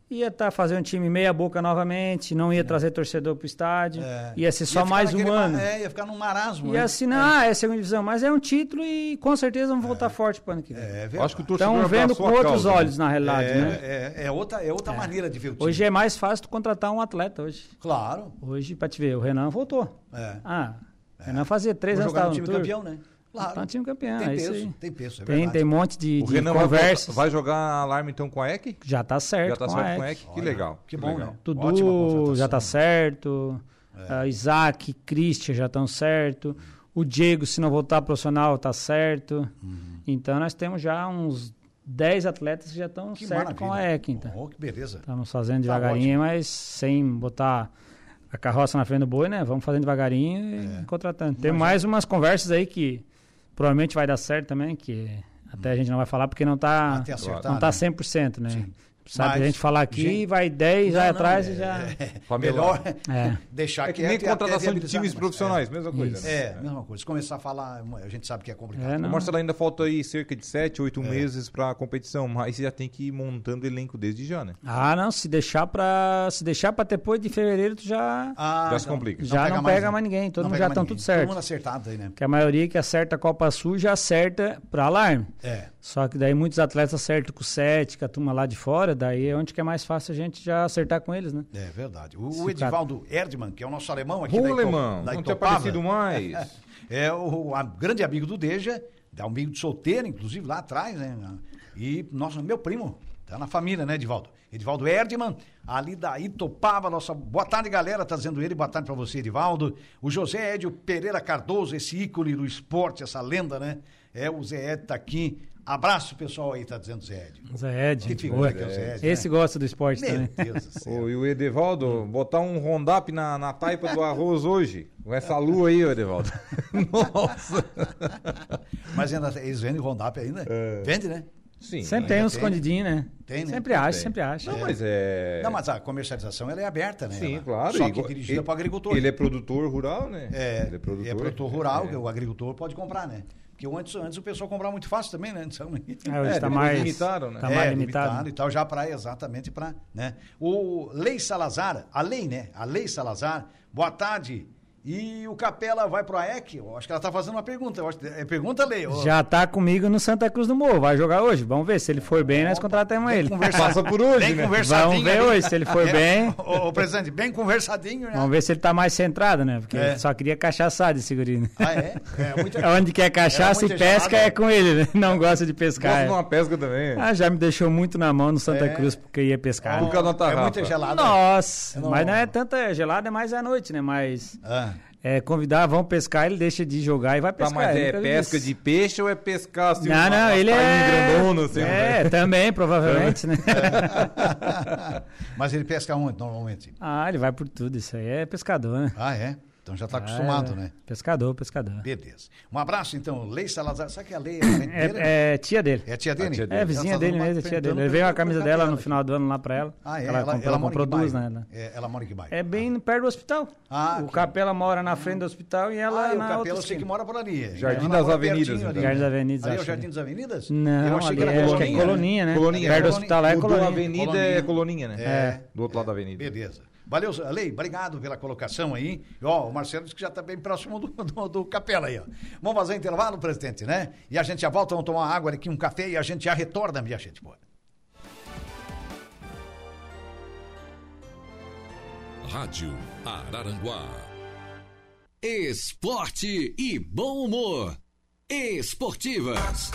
Speaker 3: ia estar fazendo um time meia boca novamente, não ia trazer torcedor pro estádio,
Speaker 2: É.
Speaker 3: ia ser só
Speaker 2: ficar
Speaker 3: mais um
Speaker 2: naquele ma-
Speaker 3: ano.
Speaker 2: É, ia ficar num marasmo.
Speaker 3: E
Speaker 2: né?
Speaker 3: assim, não, ah, é a segunda divisão, mas é um título e com certeza vamos voltar forte para ano que vem.
Speaker 2: É, verdade.
Speaker 4: Acho que o torcedor
Speaker 3: Estão vendo
Speaker 4: abraçou
Speaker 3: com
Speaker 4: a
Speaker 3: outros
Speaker 4: causa, né?
Speaker 3: olhos, na realidade,
Speaker 2: é,
Speaker 3: né?
Speaker 2: é, é outra, é outra maneira de ver o time.
Speaker 3: Hoje é mais fácil tu contratar um atleta hoje.
Speaker 2: Claro.
Speaker 3: Hoje, pra te ver, o Renan voltou.
Speaker 2: É.
Speaker 3: Ah, o Renan fazia três
Speaker 2: Vou
Speaker 3: anos
Speaker 2: jogar
Speaker 3: tava
Speaker 2: no
Speaker 3: no
Speaker 2: time
Speaker 3: tour.
Speaker 2: campeão, né? Claro.
Speaker 3: Tá no time campeão,
Speaker 2: Tem
Speaker 3: é isso
Speaker 2: peso,
Speaker 3: aí.
Speaker 2: tem peso, é
Speaker 3: tem,
Speaker 2: verdade.
Speaker 3: tem um monte de,
Speaker 4: O
Speaker 3: de
Speaker 4: Renan vai,
Speaker 3: conversas.
Speaker 4: voltar- vai jogar alarme então com a EC?
Speaker 3: Já tá certo
Speaker 4: Já tá
Speaker 3: com
Speaker 4: certo
Speaker 3: a
Speaker 4: com a
Speaker 3: Ex.
Speaker 4: EC? Que legal.
Speaker 2: Que bom,
Speaker 4: legal. É.
Speaker 2: né? Ótima
Speaker 3: Dudu
Speaker 2: contratação.
Speaker 3: já tá certo. ah, Isaac, Christian já estão certo. O Diego, se não voltar profissional, tá certo.
Speaker 4: Uhum.
Speaker 3: Então nós temos já uns 10 atletas que já estão
Speaker 2: Que
Speaker 3: certo com a
Speaker 2: maravilha.
Speaker 3: EC. Então.
Speaker 2: Oh, que beleza.
Speaker 3: Estamos fazendo
Speaker 2: Tá
Speaker 3: devagarinho, mas sem botar a carroça na frente do boi, né? Vamos fazendo devagarinho
Speaker 2: É.
Speaker 3: e contratando. Tem mais umas conversas aí que provavelmente vai dar certo também, que até a gente não vai falar porque não tá,
Speaker 2: Até acertar,
Speaker 3: não tá
Speaker 2: né?
Speaker 3: 100%, né? Sabe,
Speaker 2: Mas,
Speaker 3: a gente falar aqui,
Speaker 2: gente-
Speaker 3: vai 10, vai
Speaker 2: Não, não,
Speaker 3: atrás
Speaker 2: é-
Speaker 3: e já...
Speaker 2: É,
Speaker 4: Pra
Speaker 2: melhor
Speaker 4: melhorar.
Speaker 3: É.
Speaker 2: deixar
Speaker 4: É que
Speaker 2: quieto
Speaker 4: nem
Speaker 2: e até
Speaker 4: contratação de
Speaker 2: viabilizar,
Speaker 4: times
Speaker 2: né?
Speaker 4: profissionais, mesma coisa.
Speaker 3: Isso.
Speaker 4: né?
Speaker 2: É, é, mesma coisa. Se começar a falar, a gente sabe que é complicado.
Speaker 3: É,
Speaker 4: O
Speaker 3: não.
Speaker 4: Marcelo ainda falta aí cerca de 7, 8 meses pra competição, mas já tem que ir montando o elenco desde já, né?
Speaker 3: Ah, não, se deixar pra se deixar para depois de fevereiro, tu já...
Speaker 2: Ah,
Speaker 4: Já se
Speaker 2: então,
Speaker 4: complica.
Speaker 3: Já não pega
Speaker 2: né?
Speaker 3: mais ninguém, todo
Speaker 2: Não
Speaker 3: mundo
Speaker 2: pega
Speaker 3: já
Speaker 2: mais
Speaker 3: tão
Speaker 2: ninguém.
Speaker 3: tudo certo.
Speaker 2: Todo mundo acertado aí, né?
Speaker 3: Que a maioria que acerta a Copa Sul já acerta pra alarme.
Speaker 2: É.
Speaker 3: Só que daí muitos atletas acertam com o Sete, com a turma lá de fora, daí é onde que é mais fácil a gente já acertar com eles, né?
Speaker 2: É verdade. O,
Speaker 3: Se
Speaker 2: o
Speaker 3: o cara-
Speaker 2: Edivaldo Erdmann, que é o nosso alemão aqui
Speaker 4: Ô,
Speaker 2: da Ito-
Speaker 4: alemão,
Speaker 2: da
Speaker 4: não um tinha
Speaker 2: Itopava,
Speaker 4: aparecido mais.
Speaker 2: É o a- grande amigo do Deja, é um amigo de solteiro, inclusive, lá atrás, né? E nosso, meu primo, tá na família, né, Edivaldo? Edivaldo Erdmann, ali da Itopava, nossa. Boa tarde, galera, tá dizendo ele. Boa tarde pra você, Edivaldo. O José Edio Pereira Cardoso, esse ícone do esporte, essa lenda, né? É o Zé Edio tá aqui. Abraço, pessoal aí, tá dizendo Zé Edio.
Speaker 3: Zé Ed,
Speaker 2: Que
Speaker 3: gente
Speaker 2: figura
Speaker 3: boa.
Speaker 2: que é o Zé Ed,
Speaker 3: Esse gosta do esporte
Speaker 2: Meu
Speaker 3: também.
Speaker 2: Deus do céu.
Speaker 4: Ô, e o Edevaldo, botar um rondap na, na taipa do arroz hoje, com essa lua aí, ô Edevaldo. Nossa.
Speaker 2: Mas ainda, eles vendem Rondap ainda?
Speaker 4: É.
Speaker 2: Vende, né?
Speaker 4: Sim.
Speaker 3: Sempre tem
Speaker 2: tem.
Speaker 3: um escondidinho, né?
Speaker 2: Tem, né?
Speaker 3: Sempre acha,
Speaker 4: Tem.
Speaker 3: sempre acha.
Speaker 4: Não, mas é...
Speaker 2: Não, mas a comercialização ela é aberta, né?
Speaker 4: Sim,
Speaker 2: Ela-
Speaker 4: claro.
Speaker 2: Só que
Speaker 4: igual-
Speaker 2: dirigida
Speaker 4: ele-
Speaker 2: para o agricultor.
Speaker 4: Ele é produtor rural, né?
Speaker 2: É,
Speaker 4: Ele é produtor,
Speaker 2: rural,
Speaker 4: É.
Speaker 2: que o agricultor pode comprar, né? Porque antes, antes o pessoal comprava muito fácil também, né? Então,
Speaker 3: É, hoje
Speaker 4: É,
Speaker 3: tá
Speaker 4: depois
Speaker 3: mais.
Speaker 4: limitaram, né?
Speaker 3: Tá mais
Speaker 2: é,
Speaker 3: limitado.
Speaker 2: e tal, já para exatamente para, né? O Lei Salazar, a lei, né? A Lei Salazar, boa tarde. E o Capela vai pro AEC? Eu acho que ela tá fazendo uma pergunta. Eu acho, que- é, pergunta, Lei. Ô,
Speaker 3: Já tá comigo no Santa Cruz do Morro, vai jogar hoje. Vamos ver, se ele for bem, nós contratamos
Speaker 2: bem
Speaker 3: ele.
Speaker 2: conversa-
Speaker 4: Passa por hoje,
Speaker 2: bem
Speaker 4: né?
Speaker 2: conversadinho
Speaker 3: Vamos ver
Speaker 2: ali. É.
Speaker 3: hoje se ele for bem.
Speaker 2: Ô, ô, presidente, bem conversadinho, né?
Speaker 3: Vamos ver se ele tá mais centrado, né? Porque
Speaker 2: É.
Speaker 3: ele só queria cachaçar de segurinho. né?
Speaker 2: Ah, é? É, muita-
Speaker 3: Onde quer cachaça e
Speaker 2: muita
Speaker 3: pesca
Speaker 2: gelada.
Speaker 3: é com ele, né? Não gosta de
Speaker 4: Gosta
Speaker 3: pescar.
Speaker 4: de
Speaker 3: é.
Speaker 4: uma pesca também.
Speaker 3: Ah, já me deixou muito na mão no Santa
Speaker 2: É.
Speaker 3: Cruz porque ia pescar. né?
Speaker 4: Por causa da
Speaker 2: é muita
Speaker 4: tarrafa.
Speaker 2: gelada.
Speaker 3: Nossa,
Speaker 2: Eu não-
Speaker 3: mas não é tanta gelada, é mais à noite, né? Mas
Speaker 2: Ah.
Speaker 3: é, convidar, vão pescar, ele deixa de jogar e vai
Speaker 4: Tá,
Speaker 3: pescar.
Speaker 4: mas
Speaker 3: ele
Speaker 4: é
Speaker 3: nunca
Speaker 4: pesca
Speaker 3: disse.
Speaker 4: de peixe ou é pescar assim?
Speaker 3: Não,
Speaker 4: uma-
Speaker 3: não,
Speaker 4: uma
Speaker 3: ele
Speaker 4: tainha
Speaker 3: é.
Speaker 4: grandona, assim,
Speaker 3: é,
Speaker 4: né?
Speaker 3: também, provavelmente, né?
Speaker 2: Mas ele pesca onde normalmente?
Speaker 3: Ah, ele vai por tudo, isso aí é pescador, né?
Speaker 2: Ah, é? Então já está acostumado,
Speaker 3: É,
Speaker 2: né?
Speaker 3: Pescador, pescador.
Speaker 2: Beleza. Um abraço, então. Lei Salazar. Sabe que a Lei é parente dele? É,
Speaker 3: É, é tia dele.
Speaker 2: a tia dele?
Speaker 4: tia
Speaker 3: É,
Speaker 2: Ela
Speaker 3: vizinha
Speaker 2: tá
Speaker 3: dele
Speaker 2: dando
Speaker 3: mesmo,
Speaker 2: uma-
Speaker 3: é tia dele.
Speaker 2: perguntando
Speaker 3: Ele veio a
Speaker 2: pelo
Speaker 3: camisa
Speaker 2: cabelo
Speaker 3: dela no
Speaker 2: aqui.
Speaker 3: final do ano lá pra ela.
Speaker 2: Ah, é?
Speaker 3: Ela, comprou, ela
Speaker 2: mora em
Speaker 3: comprou
Speaker 2: que
Speaker 3: duas, né?
Speaker 2: bairro?
Speaker 3: Ela-
Speaker 2: É, ela mora em que bairro?
Speaker 3: É bem perto do hospital.
Speaker 2: Ah,
Speaker 3: o
Speaker 2: que-
Speaker 3: Capela mora na frente do hospital e ela
Speaker 2: Ah, e o
Speaker 3: na outra
Speaker 2: Capela eu sei que
Speaker 3: esquina.
Speaker 2: mora por ali. é.
Speaker 4: Jardim
Speaker 2: Ela
Speaker 4: das
Speaker 2: mora
Speaker 4: Avenidas,
Speaker 2: pertinho
Speaker 4: então.
Speaker 2: ali,
Speaker 3: Jardim
Speaker 2: né?
Speaker 3: das Avenidas,
Speaker 2: Ali é o
Speaker 3: acho,
Speaker 2: Jardim das Avenidas?
Speaker 3: Não,
Speaker 2: eu achei
Speaker 3: ali
Speaker 2: que era
Speaker 3: acho que é
Speaker 2: Colônia, né?
Speaker 3: coloninha, né?
Speaker 4: Colônia.
Speaker 3: Perto do
Speaker 2: Colônia.
Speaker 3: hospital lá é
Speaker 4: O do
Speaker 3: colônia.
Speaker 4: Avenida
Speaker 2: Colônia.
Speaker 4: é coloninha, né?
Speaker 2: É.
Speaker 4: Do outro lado da avenida.
Speaker 2: Beleza. Valeu, Lei. Obrigado pela colocação aí. E, Ó, o Marcelo disse que já está bem próximo do, do, do Capela aí, ó. Vamos fazer intervalo, presidente, né? E a gente já volta, vamos tomar uma água aqui, um café e a gente já retorna, minha gente. Boa.
Speaker 1: Rádio Araranguá. Esporte e bom humor. Esportivas.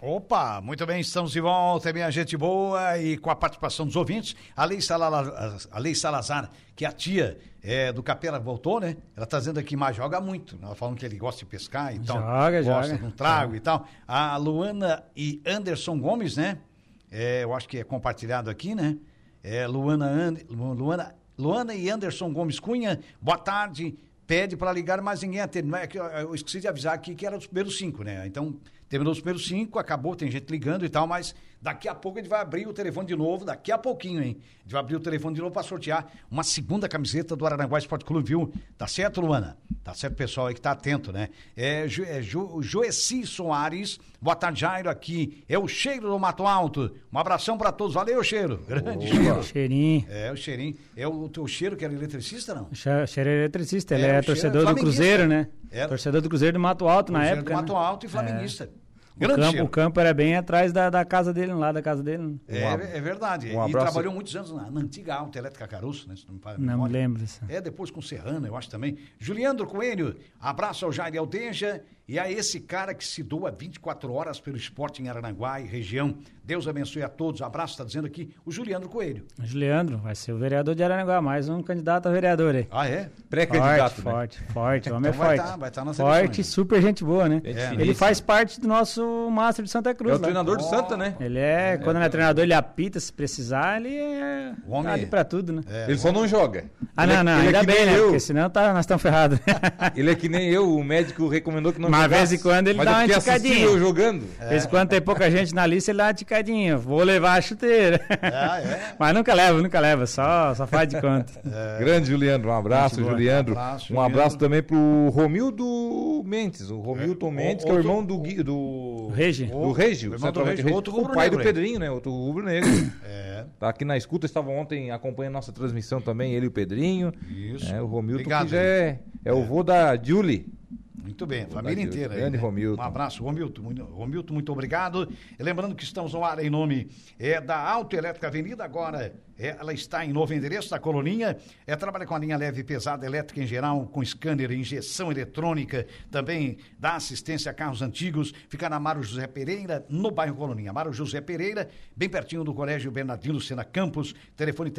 Speaker 2: Opa, muito bem, estamos de volta, minha gente boa, e com a participação dos ouvintes, a Lei, Salala- a Lei Salazar, que é a tia eh, do Capela voltou, né? Ela tá dizendo aqui, mas joga muito. Ela falando que ele gosta de pescar e tal.
Speaker 3: Joga, É.
Speaker 2: gosta
Speaker 3: joga.
Speaker 2: de um trago e tal. A Luana e Anderson Gomes, né? Eh, eu acho que é compartilhado aqui, né? Eh, Luana, And- Lu- Luana, Luana e Anderson Gomes Cunha, boa tarde. Pede para ligar, mas ninguém atende. Não é que Eu eu esqueci de avisar aqui que era os primeiros cinco, né? Então, terminou os primeiros cinco, acabou, tem gente ligando e tal, mas Daqui a pouco a gente vai abrir o telefone de novo, daqui a pouquinho, hein? A gente vai abrir o telefone de novo para sortear uma segunda camiseta do Araranguá Esporte Clube, viu? Tá certo, Luana? Tá certo, pessoal aí que tá atento, né? É, Jo- é Jo- Joeci Soares, boa tarde, Jairo, aqui. É o cheiro do Mato Alto. Um abração para todos. Valeu, cheiro. Grande cheiro.
Speaker 3: Cheirinho.
Speaker 2: É, o cheirinho. É o teu cheiro que era eletricista, não?
Speaker 3: Che- Cheiro eletricista,
Speaker 2: É,
Speaker 3: ele é,
Speaker 2: o cheiro é
Speaker 3: torcedor do
Speaker 2: flamenguista.
Speaker 3: Cruzeiro, né?
Speaker 2: Era.
Speaker 3: Torcedor do Cruzeiro do Mato Alto na
Speaker 2: Cruzeiro do
Speaker 3: época.
Speaker 2: Mato
Speaker 3: né?
Speaker 2: Alto e flamenguista.
Speaker 3: O
Speaker 2: Grande
Speaker 3: campo,
Speaker 2: cheiro.
Speaker 3: o campo era bem atrás da, da casa dele, lá da casa dele. né?
Speaker 2: É, é verdade.
Speaker 4: um
Speaker 2: e
Speaker 4: abraço.
Speaker 2: trabalhou muitos anos na, na antiga Alta Elétrica Caruço, né? Se não me falha a
Speaker 3: Não me
Speaker 2: memória.
Speaker 3: lembro disso.
Speaker 2: É, depois com Serrano, eu acho também. Juliandro Coelho, abraço ao Jair Aldeja e a esse cara que se doa 24 horas pelo esporte em Aranaguá e região. Deus abençoe a todos. Abraço, está dizendo aqui o Juliandro Coelho.
Speaker 3: Juliandro vai ser o vereador de Aranaguá, mais um candidato a vereador aí.
Speaker 2: Ah, é?
Speaker 4: Pré-candidato,
Speaker 3: Forte,
Speaker 4: né?
Speaker 3: forte, forte, o homem
Speaker 2: Então
Speaker 3: é
Speaker 2: vai
Speaker 3: forte.
Speaker 2: tá- vai tá nas
Speaker 3: forte,
Speaker 2: eleições, É. né?
Speaker 3: super gente boa, né?
Speaker 4: Gente
Speaker 3: Ele
Speaker 4: finíssima.
Speaker 3: faz parte do nosso Master de Santa Cruz.
Speaker 4: É o
Speaker 3: lá.
Speaker 4: treinador do Santa, né?
Speaker 3: Ele é, quando ele é treinador, ele apita se precisar, ele é
Speaker 2: tá. O homem- É.
Speaker 3: ali pra tudo, né?
Speaker 4: Ele só não joga.
Speaker 3: Ah,
Speaker 4: Ele é-
Speaker 3: não, não,
Speaker 4: ele é
Speaker 3: ainda
Speaker 4: que nem
Speaker 3: bem, né?
Speaker 4: eu.
Speaker 3: Porque senão tá, nós estamos ferrados.
Speaker 4: Ele é que nem eu, o médico recomendou que não
Speaker 3: Mas,
Speaker 4: jogasse.
Speaker 3: vez em quando, ele
Speaker 4: Mas
Speaker 3: dá
Speaker 4: eu
Speaker 3: uma
Speaker 4: fiquei assistindo
Speaker 3: esticadinha.
Speaker 4: eu jogando.
Speaker 3: De vez em quando tem pouca gente na lista, ele dá uma ticadinha. Vou levar a chuteira.
Speaker 2: Ah, é?
Speaker 3: Mas nunca leva, nunca leva, só, só faz de conta.
Speaker 4: Grande Juliandro, um abraço,
Speaker 3: Gente boa.
Speaker 4: Juliandro. Um
Speaker 2: Abraço,
Speaker 4: abraço, também pro Romildo Mendes, o Romildo Mendes, que é o
Speaker 2: outro-
Speaker 4: irmão do Gui, do
Speaker 3: Regi.
Speaker 4: do Regi,
Speaker 2: O irmão do
Speaker 4: o centroavante
Speaker 2: Regi,
Speaker 4: Regi.
Speaker 2: outro
Speaker 4: o pai
Speaker 2: rubro-negro,
Speaker 4: do
Speaker 2: hein?
Speaker 4: Pedrinho, né? Outro rubro negro.
Speaker 2: É.
Speaker 4: Tá aqui na escuta, estava ontem acompanhando nossa transmissão também, ele e o Pedrinho.
Speaker 2: Isso.
Speaker 4: É, o Romildo
Speaker 2: Obrigado,
Speaker 4: que já é, é o vô da Julie.
Speaker 2: Muito bem, família
Speaker 4: Romilton.
Speaker 2: inteira. aí,
Speaker 4: Grande Romilton.
Speaker 2: Um abraço, Romilton. Muito- Romilton, muito obrigado. E Lembrando que estamos no ar em nome é, da Autoelétrica Avenida, agora é, ela está em novo endereço da Coloninha. É, trabalha com a linha leve e pesada, elétrica em geral, com scanner, injeção eletrônica, também dá assistência a carros antigos. Fica na Mário José Pereira, no bairro Coloninha. Mário José Pereira, bem pertinho do Colégio Bernardino Sena Campos, telefone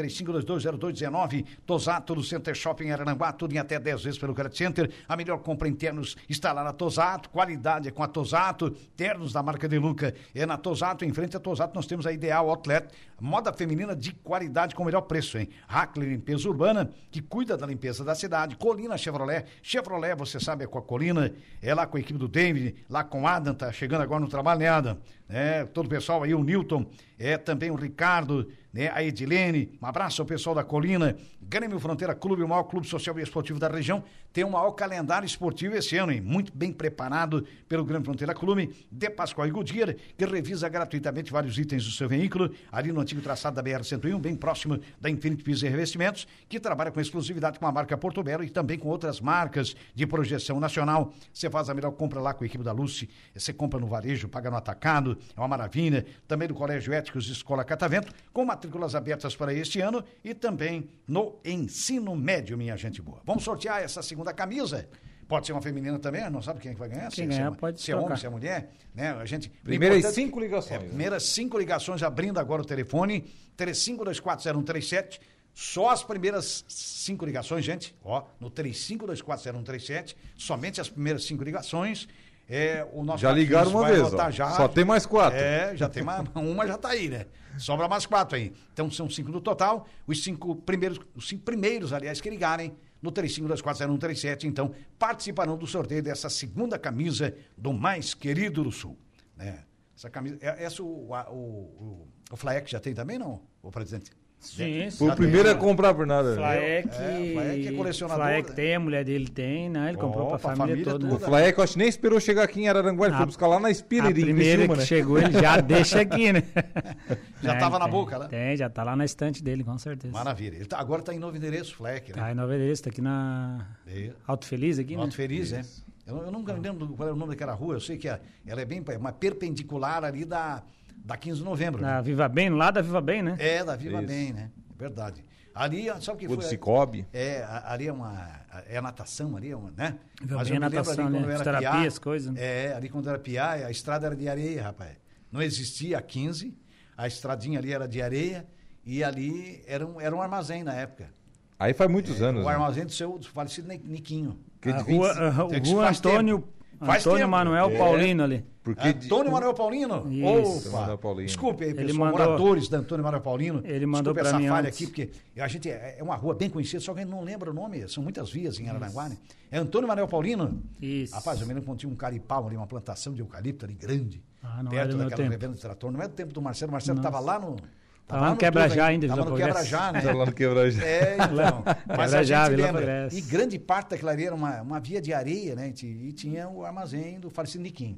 Speaker 2: 35220219, Tosato no Center Shopping Arananguá, tudo em até 10 vezes pelo Credit Center. A melhor compra em ternos está lá na Tosato, qualidade é com a Tosato, ternos da marca De Luca é na Tosato, em frente à Tosato nós temos a Ideal Outlet, moda feminina de qualidade com o melhor preço, hein? Hackler Limpeza Urbana, que cuida da limpeza da cidade, Colina Chevrolet, Chevrolet, você sabe, é com a Colina, é lá com a equipe do David, lá com o Adam, tá chegando agora no trabalho, né, Adam? É, todo o pessoal aí, o Newton, é também o Ricardo, né, a Edilene, um abraço ao pessoal da Colina, Grêmio Fronteira Clube, o maior clube social e esportivo da região, tem o maior calendário esportivo esse ano, hein? muito bem preparado pelo Grêmio Fronteira Clube, de Pascoal e Goodyear, que revisa gratuitamente vários itens do seu veículo, ali no antigo traçado da BR-101, bem próximo da Infinity Pisos e Revestimentos, que trabalha com exclusividade com a marca Porto Belo e também com outras marcas de projeção nacional. Você faz a melhor compra lá com a equipe da Luce, você compra no varejo, paga no atacado, é uma maravilha. Também do Colégio Éticos Escola Catavento, com matrículas abertas para este ano e também no ensino médio, minha gente boa. Vamos sortear essa segunda camisa. Pode ser uma feminina também, não sabe quem é que vai ganhar?
Speaker 3: Quem
Speaker 2: se é,
Speaker 3: ganhar
Speaker 2: uma-
Speaker 3: pode
Speaker 2: se é homem,
Speaker 3: trocar.
Speaker 2: se é mulher, né? A gente
Speaker 4: Primeiras
Speaker 2: Importante-
Speaker 4: cinco ligações,
Speaker 2: É,
Speaker 4: né?
Speaker 2: primeiras cinco ligações abrindo agora o telefone 35240137. Só as primeiras cinco ligações, gente. Ó, no 35240137, somente as primeiras cinco ligações. É, o nosso
Speaker 4: Já
Speaker 2: Marquinhos
Speaker 4: ligaram uma
Speaker 2: vai
Speaker 4: vez,
Speaker 2: anotar
Speaker 4: ó. Só tem mais quatro.
Speaker 2: É, já tem mais, uma já tá aí, né? Sobra mais quatro aí. Então são cinco no total. Os cinco primeiros, os cinco primeiros, aliás, que ligarem no 35240137, então participarão do sorteio dessa segunda camisa do mais querido do Sul, né? Essa camisa, é- essa o a- o, o, o Flaec já tem também não, o presidente?
Speaker 3: Sim,
Speaker 4: Foi o primeiro
Speaker 2: né?
Speaker 4: a comprar por nada.
Speaker 2: É,
Speaker 3: Flaek,
Speaker 2: o Flaek é colecionador,
Speaker 3: Flaek
Speaker 2: né?
Speaker 3: tem, a mulher dele tem, né? Ele comprou
Speaker 2: Opa,
Speaker 3: pra
Speaker 2: a família
Speaker 3: família, toda.
Speaker 4: O
Speaker 2: toda.
Speaker 3: né?
Speaker 4: Flaeco, acho que nem esperou chegar aqui em Araranguá, ele
Speaker 3: A-
Speaker 4: foi buscar lá na
Speaker 3: A
Speaker 4: Espiriri, em
Speaker 3: primeira
Speaker 4: Criciúma,
Speaker 3: que
Speaker 4: né?
Speaker 3: chegou, ele já deixa aqui, né?
Speaker 2: Já
Speaker 3: É,
Speaker 2: tava na
Speaker 3: tem,
Speaker 2: boca, né?
Speaker 3: Tem, já tá lá na estante dele, com certeza.
Speaker 2: Maravilha. Ele tá, agora está em novo endereço, Flaec, né?
Speaker 3: Tá em Nova Veredas, tá aqui na
Speaker 2: E-
Speaker 3: Alto Feliz, aqui,
Speaker 2: Alto
Speaker 3: né?
Speaker 2: Feliz, né? Eu, eu nunca me lembro qual era o nome daquela rua, eu sei que a- ela é bem pa- uma perpendicular ali da, da 15 de novembro. né?
Speaker 3: Na Viva Bem, lá da Viva Bem, né?
Speaker 2: É, da Viva
Speaker 4: Isso.
Speaker 2: Bem, né? É verdade. Ali, ó, sabe o que
Speaker 4: Rua do
Speaker 2: foi?
Speaker 4: Cicobi.
Speaker 2: É, a- ali é uma. É a natação ali, é uma, né?
Speaker 3: Viva
Speaker 2: Mas
Speaker 3: Bem
Speaker 2: eu me lembro
Speaker 3: é
Speaker 2: ali
Speaker 3: natação,
Speaker 2: quando
Speaker 3: né?
Speaker 2: eu era
Speaker 3: Fisioterapia,
Speaker 2: piá,
Speaker 3: as coisas, né?
Speaker 2: É, ali quando eu era piá, a estrada era de areia, rapaz. Não existia a 15, a estradinha ali era de areia e ali era um, era um armazém na época.
Speaker 4: Aí faz muitos anos.
Speaker 3: Uhum.
Speaker 2: O
Speaker 4: né?
Speaker 2: armazém do seu do falecido Ni- Niquinho.
Speaker 4: Que é
Speaker 3: a
Speaker 4: de
Speaker 3: rua, a-
Speaker 4: 25
Speaker 2: Tem
Speaker 3: o
Speaker 2: que se
Speaker 3: rua
Speaker 2: faz tempo.
Speaker 3: Antônio,
Speaker 2: Faz
Speaker 3: Antônio
Speaker 2: tempo.
Speaker 3: Manuel
Speaker 2: É.
Speaker 3: Paulino ali.
Speaker 4: Porque de-
Speaker 2: Antônio Manuel Paulino?
Speaker 3: Isso.
Speaker 2: Opa!
Speaker 4: Manuel Paulino.
Speaker 2: Desculpe aí,
Speaker 3: Ele
Speaker 2: pessoal,
Speaker 3: mandou-
Speaker 2: moradores da Antônio Manuel Paulino.
Speaker 3: Ele mandou
Speaker 2: Desculpe
Speaker 3: pra
Speaker 2: essa
Speaker 3: mim
Speaker 2: falha
Speaker 3: antes.
Speaker 2: aqui, porque a gente é, é uma rua bem conhecida, só que a gente não lembra o nome, são muitas vias em Araranguá, né? É Antônio Manuel Paulino?
Speaker 3: Isso.
Speaker 2: Rapaz, eu me lembro quando tinha um caripau ali, uma plantação de eucalipto ali grande.
Speaker 3: Ah, não era
Speaker 2: perto
Speaker 3: do meu
Speaker 2: daquela
Speaker 3: tempo.
Speaker 2: revenda de trator. Não era do tempo do Marcelo. O Marcelo estava lá no.
Speaker 3: Tava lá no Quebra-Já ainda,
Speaker 2: Estava
Speaker 3: Vila
Speaker 2: no
Speaker 3: Progresso.
Speaker 2: quebra-já, né?
Speaker 4: Tá lá no quebra-já.
Speaker 2: É, então. Mas a
Speaker 3: Quebra-já,
Speaker 2: gente
Speaker 3: Vila
Speaker 2: lembra.
Speaker 3: Progresso.
Speaker 2: E grande parte daquela ali era uma, uma via de areia, né? gente? E tinha o armazém do falecido Niquim.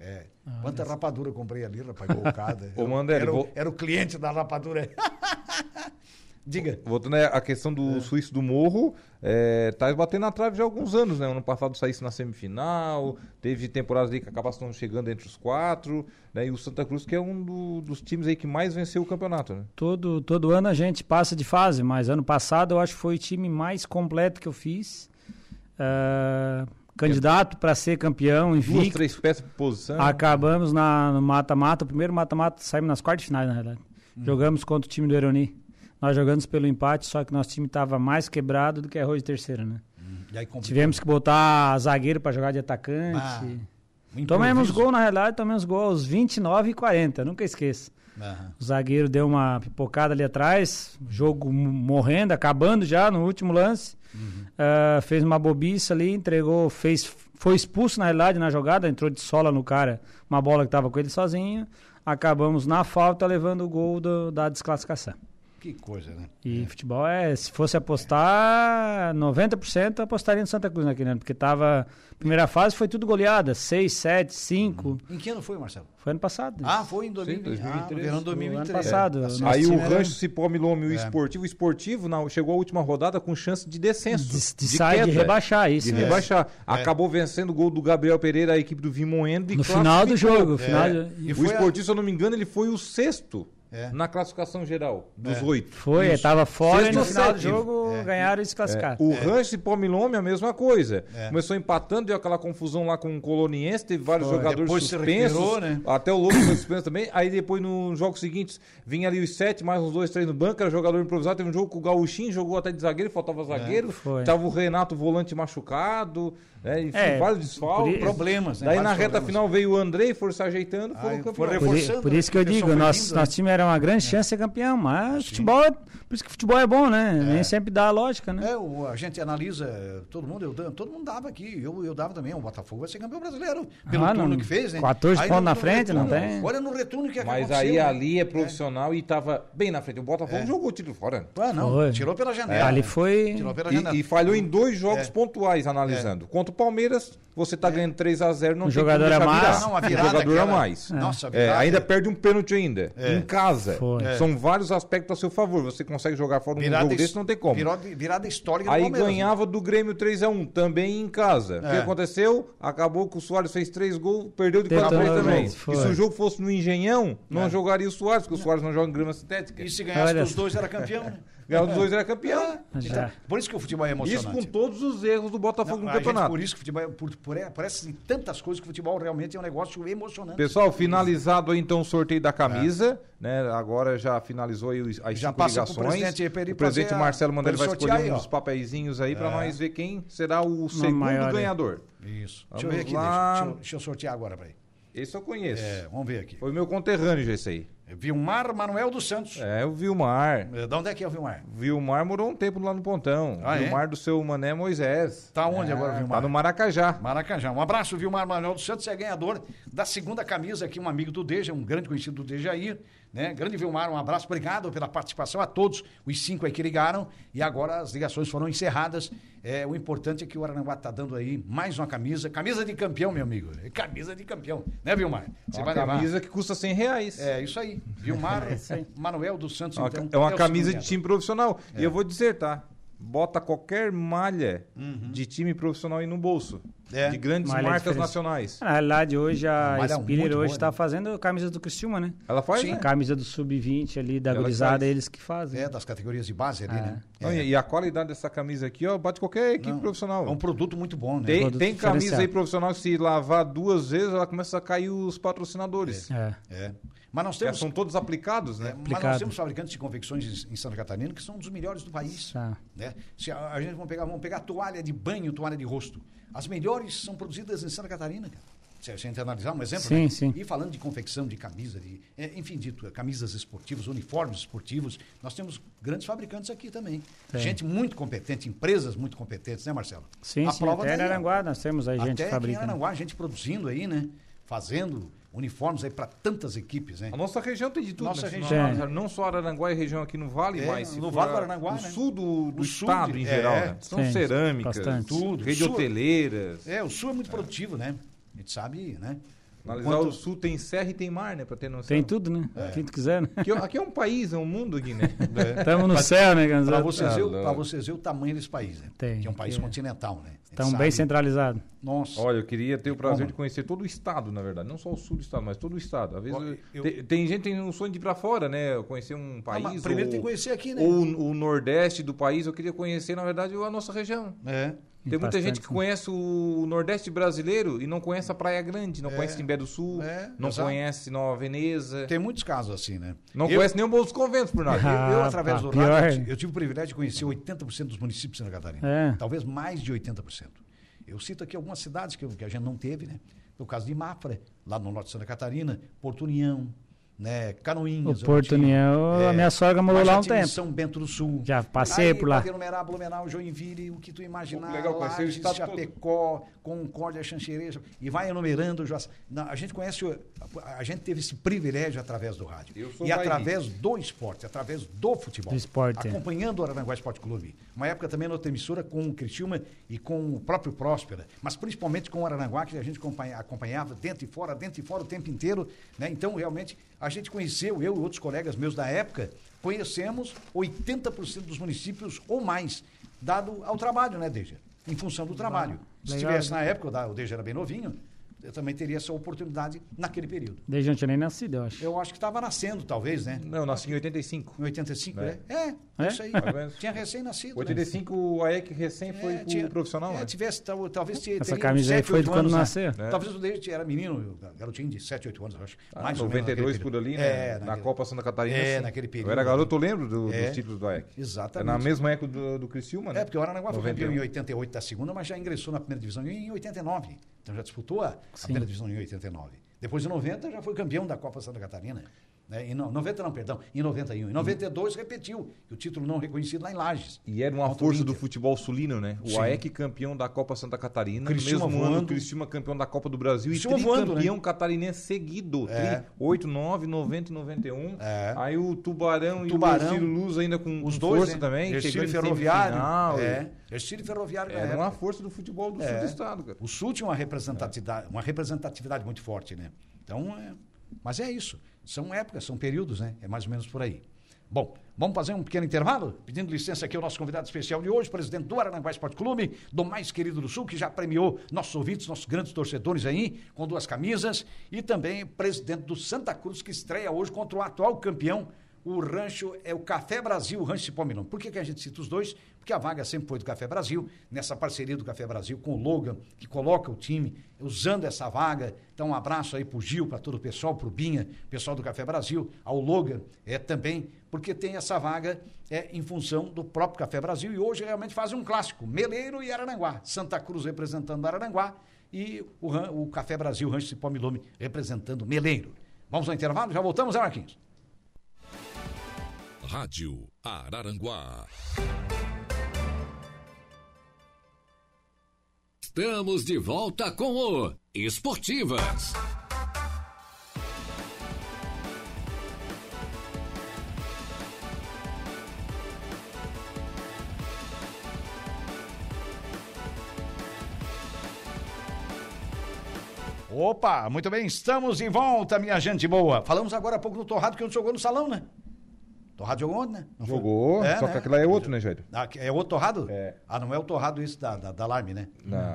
Speaker 2: É.
Speaker 3: Ah,
Speaker 2: Quanta rapadura eu comprei ali, rapaz, golcada.
Speaker 4: Ô,
Speaker 2: Eu-
Speaker 4: Mandelli,
Speaker 2: era, o-
Speaker 4: vou-
Speaker 2: era o cliente da rapadura. Diga.
Speaker 4: Voltando à questão do suíço do morro, é, tá batendo na trave já há alguns anos, né? Ano passado saiu na semifinal, teve temporadas aí que acabasse não chegando entre os quatro, né? E o Santa Cruz, que é um do- dos times aí que mais venceu o campeonato, né?
Speaker 3: Todo, todo ano a gente passa de fase, mas ano passado eu acho que foi o time mais completo que eu fiz. Ah, candidato para ser campeão,
Speaker 4: Duas,
Speaker 3: invicto.
Speaker 4: três peças por posição.
Speaker 3: Ah, Acabamos na, no mata-mata. O primeiro mata-mata saímos nas quartas de finais, na realidade.
Speaker 2: Hum.
Speaker 3: Jogamos contra o time do Eroni. Nós jogamos pelo empate, só que nosso time estava mais quebrado do que arroz de terceira, né?
Speaker 2: E aí complicou.
Speaker 3: Tivemos que botar zagueiro para jogar de atacante.
Speaker 2: Ah, um
Speaker 3: tomemos
Speaker 2: improviso.
Speaker 3: gol, na realidade, tomemos gol aos 29 e 40, nunca esqueça.
Speaker 2: Aham.
Speaker 3: O zagueiro deu uma pipocada ali atrás, o jogo m- morrendo, acabando já no último lance.
Speaker 2: Uhum.
Speaker 3: Ah, fez uma bobiça ali, entregou, fez, foi expulso na realidade na jogada, entrou de sola no cara, uma bola que estava com ele sozinho. Acabamos na falta levando o gol do- da desclassificação.
Speaker 2: Que coisa, né?
Speaker 3: E futebol é, se fosse apostar, 90% apostaria no Santa Cruz naquele ano, porque tava primeira fase foi tudo goleada, 6, 7, 5,
Speaker 2: Em que ano foi, Marcelo?
Speaker 3: foi ano passado.
Speaker 2: Ah, foi em 2000, Ah,
Speaker 4: 2003.
Speaker 2: no verão de 2003.
Speaker 3: ano passado.
Speaker 2: Tá certo.
Speaker 3: Nosso
Speaker 4: Aí o
Speaker 3: time era-
Speaker 4: Rancho Cipó Milome e o Esportivo. O Esportivo na- chegou à última rodada com chance de descenso.
Speaker 3: De, de sair, de
Speaker 2: é.
Speaker 4: queda,
Speaker 3: rebaixar,
Speaker 4: De
Speaker 3: isso. né?
Speaker 4: rebaixar. Acabou vencendo o gol do Gabriel Pereira, a equipe do Vimoendo. e
Speaker 3: No final do
Speaker 4: classificou.
Speaker 3: jogo. Final
Speaker 2: É.
Speaker 3: do-
Speaker 2: E
Speaker 4: né? o
Speaker 2: foi a-
Speaker 4: Esportivo, se eu não me engano, ele foi o sexto
Speaker 2: É.
Speaker 4: na classificação geral dos
Speaker 2: É.
Speaker 4: oito.
Speaker 3: Foi, tava fora e
Speaker 4: Sexto
Speaker 3: no final do
Speaker 4: objetivo.
Speaker 3: jogo ganharam e se classificaram.
Speaker 4: O Rancho e Pomilome é a mesma coisa.
Speaker 2: É.
Speaker 4: Começou empatando, deu aquela confusão lá com o Coloniense, teve vários jogadores
Speaker 2: Depois se
Speaker 4: suspensos.
Speaker 2: recuperou, né?
Speaker 4: Até o Lobo foi suspenso também. Aí depois, nos jogos seguintes, vinha ali os sete, mais uns dois, três no banco, era jogador improvisado. Teve um jogo com o Gauchinho, jogou até de zagueiro,
Speaker 2: É,
Speaker 4: faltava zagueiro.
Speaker 3: foi.
Speaker 4: Tava o Renato volante machucado, né? Enfim,
Speaker 3: É,
Speaker 4: vários
Speaker 3: por
Speaker 4: desfalques.
Speaker 3: i-
Speaker 2: Problemas, né?
Speaker 4: Daí na
Speaker 2: Vários
Speaker 4: reta
Speaker 2: problemas.
Speaker 4: final veio o Andrei, foram se ajeitando, foram
Speaker 2: Aí,
Speaker 4: campeões.
Speaker 2: foram
Speaker 3: Por, i-
Speaker 2: reforçando,
Speaker 3: por isso que eu
Speaker 2: porque
Speaker 3: digo,
Speaker 2: são
Speaker 3: nosso,
Speaker 2: bem-vindos,
Speaker 3: nosso
Speaker 2: né?
Speaker 3: time era uma grande chance de ser campeão, mas futebol, é- por isso que futebol é bom, né? Nem sempre dá a lógica, né?
Speaker 2: É, o- a gente analisa todo mundo, eu dan- todo mundo dava aqui, eu, eu dava também, o Botafogo vai ser campeão brasileiro, pelo
Speaker 3: Ah,
Speaker 2: turno
Speaker 3: não.
Speaker 2: que fez, né?
Speaker 3: 14
Speaker 2: Aí
Speaker 3: pontos
Speaker 2: no-
Speaker 3: na
Speaker 2: no
Speaker 3: frente, não
Speaker 2: retorno,
Speaker 3: tem?
Speaker 2: Olha no retorno que
Speaker 4: Mas
Speaker 2: aconteceu,
Speaker 4: aí
Speaker 2: né? É.
Speaker 4: ali é profissional e tava bem na frente. O Botafogo jogou o título fora.
Speaker 2: Ah, não,
Speaker 3: Foi. É,
Speaker 2: tirou pela janela.
Speaker 3: Ali
Speaker 2: né?
Speaker 3: foi.
Speaker 2: Tirou pela janela.
Speaker 4: E, e falhou em dois jogos
Speaker 2: É.
Speaker 4: pontuais, analisando. Contra o Palmeiras, você tá ganhando 3x0, não
Speaker 3: Um
Speaker 4: tem
Speaker 3: jogador
Speaker 4: como
Speaker 3: a
Speaker 4: deixar
Speaker 3: mais.
Speaker 4: virar.
Speaker 2: Não, a
Speaker 4: um
Speaker 2: virada
Speaker 4: jogador a
Speaker 2: aquela-
Speaker 4: mais.
Speaker 2: É. Nossa, a
Speaker 4: É,
Speaker 2: virada-
Speaker 4: ainda perde um pênalti ainda,
Speaker 2: É.
Speaker 4: em casa.
Speaker 3: Foi. É.
Speaker 4: São vários aspectos a seu favor. Você consegue jogar fora um jogo
Speaker 2: his-
Speaker 4: desse, não tem como.
Speaker 2: Virada, virada histórica
Speaker 4: Aí
Speaker 2: do Palmeiras. né?
Speaker 4: ganhava do Grêmio 3x1, também em casa. O que
Speaker 2: É.
Speaker 4: aconteceu? Acabou que o Soares fez três gols, perdeu de
Speaker 3: Tentou
Speaker 4: 4 x
Speaker 3: dois
Speaker 4: também. E
Speaker 3: gols, foi.
Speaker 4: se o jogo fosse no Engenhão, não
Speaker 2: É.
Speaker 4: jogaria o Soares, porque o Soares não joga em grama sintética.
Speaker 2: E se ganhasse
Speaker 3: Olha
Speaker 2: dos
Speaker 3: só.
Speaker 2: dois, era campeão. né?
Speaker 4: Ganhar os dois era campeão.
Speaker 2: Então,
Speaker 3: Já.
Speaker 2: por isso que o futebol é
Speaker 4: Isso
Speaker 2: emocionante.
Speaker 4: com todos os erros do Botafogo
Speaker 2: Não,
Speaker 4: no
Speaker 2: a gente-
Speaker 4: campeonato.
Speaker 2: por isso que o futebol, é- por, por, por essas e tantas coisas que o futebol realmente é um negócio emocionante.
Speaker 4: Pessoal, finalizado aí então o sorteio da camisa, né? Agora já finalizou aí os- as
Speaker 2: É. Já
Speaker 4: cinco
Speaker 2: passa pro
Speaker 4: ligações.
Speaker 2: presidente aí pra ele
Speaker 4: o presidente
Speaker 2: fazer a-
Speaker 4: Marcelo Mandelli
Speaker 2: pra
Speaker 4: vai
Speaker 2: ele
Speaker 4: escolher
Speaker 2: sortear
Speaker 4: um
Speaker 2: aí,
Speaker 4: dos
Speaker 2: ó. É.
Speaker 4: papeizinhos aí pra nós ver quem será o segundo
Speaker 2: né?
Speaker 3: maior, é.
Speaker 4: ganhador.
Speaker 2: Isso.
Speaker 4: Vamos
Speaker 2: deixa eu ver aqui,
Speaker 4: lá.
Speaker 2: deixa, deixa eu, deixa eu sortear agora, peraí.
Speaker 4: Esse eu conheço.
Speaker 2: É, vamos ver aqui.
Speaker 4: Foi meu conterrâneo esse aí.
Speaker 2: Vilmar Manuel dos Santos.
Speaker 4: É, o Vilmar.
Speaker 2: Eh, Da onde é que é o Vilmar?
Speaker 4: Vilmar morou um tempo lá no Pontão.
Speaker 2: Ah, é?
Speaker 4: Vilmar do seu Mané Moisés.
Speaker 2: Tá onde agora o
Speaker 4: É,
Speaker 2: Vilmar?
Speaker 4: Tá no Maracajá.
Speaker 2: Maracajá. Um abraço, Vilmar Manuel dos Santos, é ganhador da segunda camisa aqui, um amigo do Deja, um grande conhecido do Deja aí, né? Grande Vilmar, um abraço, obrigado pela participação a todos, os cinco aí que ligaram, e agora as ligações foram encerradas, é, o importante é que o Aranguá tá dando aí mais uma camisa, camisa de campeão, meu amigo, É camisa de campeão, né, Vilmar? Você
Speaker 4: Uma
Speaker 2: vai levar.
Speaker 4: camisa É que custa 100 reais.
Speaker 2: É, isso aí, Vilmar Manuel dos Santos,
Speaker 4: Uma-
Speaker 2: então,
Speaker 4: é uma
Speaker 2: o É.
Speaker 4: camisa
Speaker 2: segundo
Speaker 4: de time profissional. E eu vou dizer, tá? Bota qualquer malha de time profissional aí no bolso.
Speaker 2: Uhum. É.
Speaker 4: De grandes
Speaker 3: Malha é
Speaker 4: marcas
Speaker 3: diferente.
Speaker 4: nacionais.
Speaker 3: Na realidade, hoje a
Speaker 2: Mas é
Speaker 3: Spiller
Speaker 2: muito boa,
Speaker 3: hoje está
Speaker 2: né?
Speaker 3: fazendo camisa do Cristiúma, né?
Speaker 4: Ela faz, né?
Speaker 3: Camisa do Sub-20 ali, da
Speaker 4: Ela
Speaker 3: gurizada,
Speaker 4: faz.
Speaker 3: eles que fazem.
Speaker 2: É, das categorias de base
Speaker 4: Ah.
Speaker 2: ali, né?
Speaker 4: Não, E e a qualidade dessa camisa aqui, ó, bate qualquer equipe
Speaker 2: É
Speaker 4: profissional.
Speaker 2: um produto muito bom, né?
Speaker 4: tem
Speaker 3: produto
Speaker 4: tem camisa
Speaker 3: diferenciado.
Speaker 4: aí profissional que se lavar duas vezes, ela começa a cair os patrocinadores.
Speaker 3: É.
Speaker 2: É. Mas nós
Speaker 4: Já
Speaker 2: temos
Speaker 4: são todos aplicados, né?
Speaker 2: Mas nós
Speaker 3: Complicado.
Speaker 2: temos fabricantes de confecções em em Santa Catarina que são um dos melhores do país.
Speaker 3: Tá.
Speaker 2: Né? Se a, a gente vamos pegar, vamos pegar toalha de banho, toalha de rosto. As melhores são produzidas em Santa Catarina, cara. Se a gente analisar um exemplo.
Speaker 3: Sim,
Speaker 2: né?
Speaker 3: sim.
Speaker 2: E falando de confecção, de camisa, de, é, enfim, de tu- camisas esportivas, uniformes esportivos, nós temos grandes fabricantes aqui também.
Speaker 3: Tem.
Speaker 2: Gente muito competente, empresas muito competentes, né, Marcelo?
Speaker 3: Sim,
Speaker 2: a
Speaker 3: sim.
Speaker 2: prova
Speaker 3: Até
Speaker 2: tá aí, ó.
Speaker 3: Araranguá nós temos aí gente
Speaker 2: Até
Speaker 3: que
Speaker 2: aqui em
Speaker 3: fabrica. né?
Speaker 2: Aranaguá, gente produzindo aí, né? Fazendo uniformes aí para tantas equipes, né?
Speaker 4: A nossa região tem de tudo.
Speaker 2: Nossa
Speaker 4: né?
Speaker 2: região.
Speaker 4: Não, não só Araranguá e região aqui no Vale,
Speaker 2: É,
Speaker 4: mas. se
Speaker 2: no
Speaker 4: for
Speaker 2: Vale do
Speaker 4: a-
Speaker 2: Araranguá,
Speaker 4: o
Speaker 2: né?
Speaker 4: sul do, do
Speaker 2: O sul de-
Speaker 4: estado em geral.
Speaker 2: é.
Speaker 4: né? São
Speaker 3: Sim,
Speaker 4: cerâmicas,
Speaker 3: bastante.
Speaker 2: Tudo.
Speaker 4: rede
Speaker 2: Sul-
Speaker 4: hoteleiras.
Speaker 2: É, o Sul é muito produtivo, né? A gente sabe, né?
Speaker 4: Analisar
Speaker 2: Quanto-
Speaker 4: o sul tem serra e tem mar, né? Pra ter noção.
Speaker 3: Tem tudo, né? Quem tu quiser, né?
Speaker 4: Aqui, aqui é um país, é um mundo aqui, né?
Speaker 3: Estamos no céu, né,
Speaker 2: Para
Speaker 3: Ganzão?
Speaker 2: vocês,
Speaker 4: tá
Speaker 2: ver o-
Speaker 4: louco.
Speaker 2: pra vocês ver o tamanho desse país, né?
Speaker 3: Tem,
Speaker 2: que é um país
Speaker 3: que é.
Speaker 2: continental, né? A gente
Speaker 3: Estamos
Speaker 2: sabe.
Speaker 3: bem centralizados.
Speaker 2: Nossa.
Speaker 4: Olha, eu queria ter o prazer
Speaker 2: Como?
Speaker 4: de conhecer todo o estado, na verdade. Não só o sul do estado, mas todo o estado. Às vezes
Speaker 2: Ó, eu-
Speaker 4: eu- te- tem gente que tem um sonho de ir pra fora, né? Conhecer um
Speaker 2: Ah,
Speaker 4: país.
Speaker 2: mas primeiro
Speaker 4: ou,
Speaker 2: tem que conhecer aqui, né?
Speaker 4: ou o nordeste do país. Eu queria conhecer, na verdade, a nossa região.
Speaker 2: É.
Speaker 4: Tem muita
Speaker 3: Bastante,
Speaker 4: gente que
Speaker 3: sim.
Speaker 4: conhece o Nordeste brasileiro e não conhece a Praia Grande, não conhece Timbé do Sul,
Speaker 2: é,
Speaker 4: não
Speaker 2: exato.
Speaker 4: conhece Nova Veneza,
Speaker 2: Tem muitos casos assim, né?
Speaker 4: não
Speaker 2: eu,
Speaker 4: conhece nenhum dos conventos, por nada.
Speaker 3: Ah,
Speaker 2: eu, através
Speaker 3: pá,
Speaker 2: do rádio, eu
Speaker 3: pior.
Speaker 2: ti- eu tive o privilégio de conhecer 80% dos municípios de Santa Catarina.
Speaker 3: É.
Speaker 2: Talvez mais de 80%. Eu cito aqui algumas cidades que, eu- que a gente não teve, né? No caso de Mafra, lá no norte de Santa Catarina, Porto União, né? Canoinhas. é,
Speaker 3: O Porto União, a minha sogra morou
Speaker 2: mas
Speaker 3: lá
Speaker 2: já
Speaker 3: um
Speaker 2: tive em
Speaker 3: tempo.
Speaker 2: São Bento do Sul.
Speaker 3: Já passei
Speaker 2: Aí,
Speaker 3: por lá.
Speaker 2: Padeiro Merá, Blumenau, Joinville, o que tu imaginar.
Speaker 4: Pô, legal, conheci o
Speaker 2: Lages,
Speaker 4: estado todo.
Speaker 2: Chapecó, Concórdia, Xanxereja, e vai enumerando. Já, Não, a gente conhece, o- a, a gente teve esse privilégio através do rádio.
Speaker 4: Eu sou
Speaker 2: e
Speaker 4: bairrista.
Speaker 2: através do esporte, através do futebol.
Speaker 3: Do esporte, é.
Speaker 2: Acompanhando o Aranaguá Esporte Clube. Uma época também noutra emissora com o Criciúma e com o próprio Próspera, mas principalmente com o Aranaguá, que a gente acompanha- acompanhava dentro e fora, dentro e fora o tempo inteiro. Né? Então, realmente, a gente conheceu, eu e outros colegas meus da época, conhecemos 80% dos municípios ou mais, dado ao trabalho, né, Deja? Em função do trabalho. Se
Speaker 3: legal.
Speaker 2: tivesse na época, o da- o Deja era bem novinho, eu também teria essa oportunidade naquele período.
Speaker 3: Desde ontem eu nem nascido, eu acho.
Speaker 2: Eu acho que estava nascendo, talvez, né?
Speaker 4: Não, eu nasci em 85.
Speaker 2: Em 85, é?
Speaker 4: Né?
Speaker 2: É, é,
Speaker 3: É?
Speaker 2: isso aí.
Speaker 4: Tá vendo?
Speaker 2: Tinha recém-nascido. né?
Speaker 4: 85, a EC recém
Speaker 2: É,
Speaker 4: foi pro
Speaker 2: tinha-
Speaker 4: profissional,
Speaker 2: é,
Speaker 4: né?
Speaker 2: tivesse, tal- talvez tinha-
Speaker 3: Essa
Speaker 2: teria
Speaker 3: camisa aí
Speaker 2: sete,
Speaker 3: foi de
Speaker 2: oito
Speaker 3: quando
Speaker 2: anos, né?
Speaker 3: nasceu.
Speaker 4: É.
Speaker 2: Talvez o Leite era menino, garotinho de 7, 8 anos, eu acho.
Speaker 4: Ah,
Speaker 2: mais ou menos
Speaker 4: 92
Speaker 2: naquele
Speaker 4: por ali,
Speaker 2: período.
Speaker 4: né?
Speaker 2: É,
Speaker 4: na
Speaker 2: naquele-
Speaker 4: Copa Santa Catarina.
Speaker 2: É,
Speaker 4: sim.
Speaker 2: naquele período.
Speaker 4: Eu era garoto, eu lembro do-
Speaker 2: É.
Speaker 4: dos títulos da EC. É
Speaker 2: Exatamente.
Speaker 4: na mesma EC do, do Criciúma, né?
Speaker 2: É, porque o Aranaguá foi
Speaker 4: 91.
Speaker 2: campeão em 88 da segunda, mas já ingressou na primeira divisão em 89. Então já disputou a, a primeira divisão em 89. Depois em 90 já foi campeão da Copa Santa Catarina. Né? Em no- 90 não, perdão, em 91. Em 92 repetiu, e o título não reconhecido lá em Lages.
Speaker 4: E era uma
Speaker 2: Contra o
Speaker 4: força do
Speaker 2: Inter.
Speaker 4: futebol sulino, né? O
Speaker 2: Sim.
Speaker 4: AEC campeão da Copa Santa Catarina,
Speaker 2: Criciúma
Speaker 4: no mesmo ano,
Speaker 2: voando.
Speaker 4: o Criciúma campeão da Copa do Brasil
Speaker 2: Criciúma
Speaker 4: e
Speaker 2: voando, né?
Speaker 4: tricampeão catarinense seguido. Tri,
Speaker 2: É.
Speaker 4: 8, 9, 90 e 91.
Speaker 2: É.
Speaker 4: Aí o Tubarão,
Speaker 2: Tubarão.
Speaker 4: e o Ciro Luz ainda com,
Speaker 2: Os
Speaker 4: com
Speaker 2: dois,
Speaker 4: força
Speaker 2: né?
Speaker 4: também.
Speaker 2: Ercílio
Speaker 4: chegando em
Speaker 2: Ferroviário.
Speaker 4: semifinal.
Speaker 2: é, Ercílio Ferroviário na
Speaker 4: Era
Speaker 2: época.
Speaker 4: uma força do futebol do sul
Speaker 2: É.
Speaker 4: do estado, cara.
Speaker 2: O Sul tinha uma representatividade, uma representatividade muito forte, né? Então, é... mas é isso. São épocas, são períodos, né? É mais ou menos por aí. Bom, vamos fazer um pequeno intervalo? Pedindo licença aqui ao nosso convidado especial de hoje, presidente do Aranaguá Esporte Clube, do mais querido do Sul, que já premiou nossos ouvintes, nossos grandes torcedores aí, com duas camisas, e também presidente do Santa Cruz, que estreia hoje contra o atual campeão, o rancho é o Café Brasil, o Rancho Cipó Milão. Por que, que a gente cita os dois? Porque a vaga sempre foi do Café Brasil, nessa parceria do Café Brasil com o Logan, que coloca o time usando essa vaga. Então, um abraço aí pro Gil, para todo o pessoal, pro Binha, pessoal do Café Brasil, ao Logan é, também, porque tem essa vaga é, em função do próprio Café Brasil. E hoje realmente faz um clássico: Meleiro e Araranguá. Santa Cruz representando Araranguá e o, Ran- o Café Brasil, Rancho Cipó Milome, representando Meleiro. Vamos ao intervalo? Já voltamos, né, Marquinhos?
Speaker 1: Rádio Araranguá. Estamos de volta com o Esportivas.
Speaker 2: Opa, muito bem, estamos de volta, minha gente boa. Falamos agora há pouco do Torrado que ontem jogou no salão, né? Torrado jogou ontem, né? Não foi?
Speaker 4: Jogou,
Speaker 2: É,
Speaker 4: só
Speaker 2: né?
Speaker 4: que aquela é outro, né, Jair?
Speaker 2: Ah, que- é outro Torrado?
Speaker 4: É.
Speaker 2: Ah, não é o Torrado esse da, da, da Alarme, né?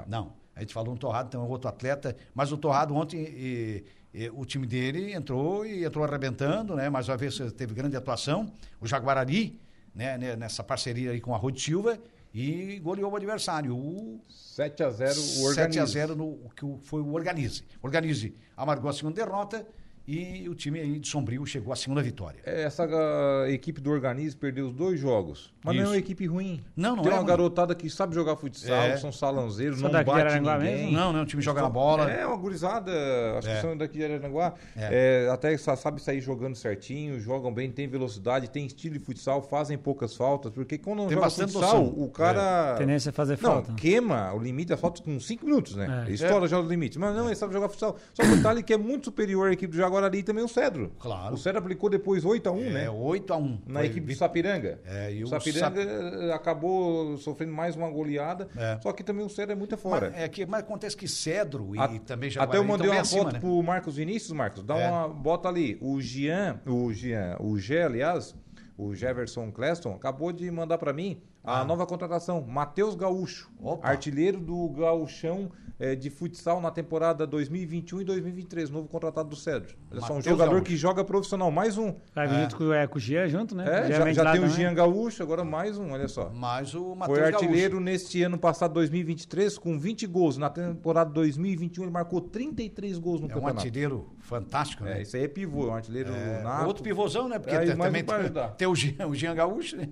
Speaker 4: Não.
Speaker 2: A gente falou um Torrado, então é outro atleta, mas o Torrado ontem, e- e o time dele entrou e entrou arrebentando, né? Mais uma vez teve grande atuação, o Jaguarari, né? né, Nessa parceria aí com a Rod Silva e goleou o adversário, o
Speaker 4: 7x0 o
Speaker 2: 7 a
Speaker 4: organismo.
Speaker 2: 0 no o que o- foi o Organize. Organize amargou a segunda derrota E o time aí de Sombrio chegou à segunda vitória.
Speaker 4: É, Essa ah, equipe do Organize perdeu os dois jogos. Mas não é
Speaker 2: Isso.
Speaker 4: uma equipe ruim.
Speaker 2: Não, não
Speaker 4: Tem
Speaker 2: é
Speaker 4: uma
Speaker 2: ruim.
Speaker 4: garotada que sabe jogar futsal,
Speaker 2: É.
Speaker 4: são salãozeiros,
Speaker 3: São
Speaker 4: não
Speaker 3: daqui de
Speaker 4: bate
Speaker 3: Araranguá
Speaker 4: ninguém.
Speaker 3: mesmo?
Speaker 2: Não, não, o time joga na bola.
Speaker 4: É, uma gurizada, acho
Speaker 2: É.
Speaker 4: que são daqui de Araranguá. É, até sa- sabe sair jogando certinho, jogam bem, tem velocidade, tem estilo de futsal, fazem poucas faltas, porque quando não
Speaker 2: Tem
Speaker 4: joga
Speaker 2: bastante
Speaker 4: futsal,
Speaker 2: noção. É.
Speaker 4: o cara.
Speaker 3: Tendência a fazer
Speaker 4: não,
Speaker 3: falta.
Speaker 4: queima o limite das faltas com 5 minutos, né?
Speaker 3: É.
Speaker 4: Ele estoura já o limite. Mas não, ele sabe jogar futsal. Só que o detalhe que é muito superior à equipe do Jaguarari e também o Cedro.
Speaker 2: Claro.
Speaker 4: O Cedro aplicou depois 8 a 1 né?
Speaker 2: É, 8 a 1
Speaker 4: na
Speaker 2: Foi
Speaker 4: equipe do
Speaker 2: vi-
Speaker 4: Sapiranga.
Speaker 2: É, e o
Speaker 4: o Sapiranga acabou sofrendo mais uma goleada,
Speaker 2: É.
Speaker 4: só que também o Cedro é muito fora.
Speaker 2: Mas, é que, mas acontece que Cedro e
Speaker 4: A-
Speaker 2: também já
Speaker 4: Até eu mandei uma
Speaker 2: acima,
Speaker 4: foto
Speaker 2: né?
Speaker 4: pro Marcos Vinícius, Marcos. Dá
Speaker 2: É.
Speaker 4: uma. Bota ali. O Gian, o Gian, o G, aliás, o Jefferson Cleston, acabou de mandar pra mim a nova contratação. Matheus Gaúcho,
Speaker 2: Ah. Opa.
Speaker 4: artilheiro do Gauchão eh, de futsal na temporada 2021 e 2023, novo contratado do Cedro. Olha só, um
Speaker 2: Matheus
Speaker 4: jogador
Speaker 2: Gaúcho.
Speaker 4: que joga profissional. Mais um.
Speaker 3: Vai vir junto com, o- é, com o Gia junto, né?
Speaker 4: É,
Speaker 3: Gia
Speaker 4: já,
Speaker 3: vem de
Speaker 4: já
Speaker 3: lá
Speaker 4: tem o
Speaker 3: também.
Speaker 4: Gian Gaúcho, agora mais um, olha só.
Speaker 2: Mas o Matheus
Speaker 4: Foi artilheiro
Speaker 2: Gaúcho.
Speaker 4: neste ano passado, 2023, com 20 gols. Na temporada 2021, ele marcou 33 gols no
Speaker 2: É um
Speaker 4: campeonato.
Speaker 2: artilheiro fantástico, né?
Speaker 4: É, isso aí é pivô, é um artilheiro nato.
Speaker 2: Outro pivôzão, né? Porque
Speaker 4: Aí,
Speaker 2: tem-
Speaker 4: mais um
Speaker 2: também
Speaker 4: pra
Speaker 2: tem,
Speaker 4: ajudar.
Speaker 2: tem o Jean, o Jean Gaúcho, né?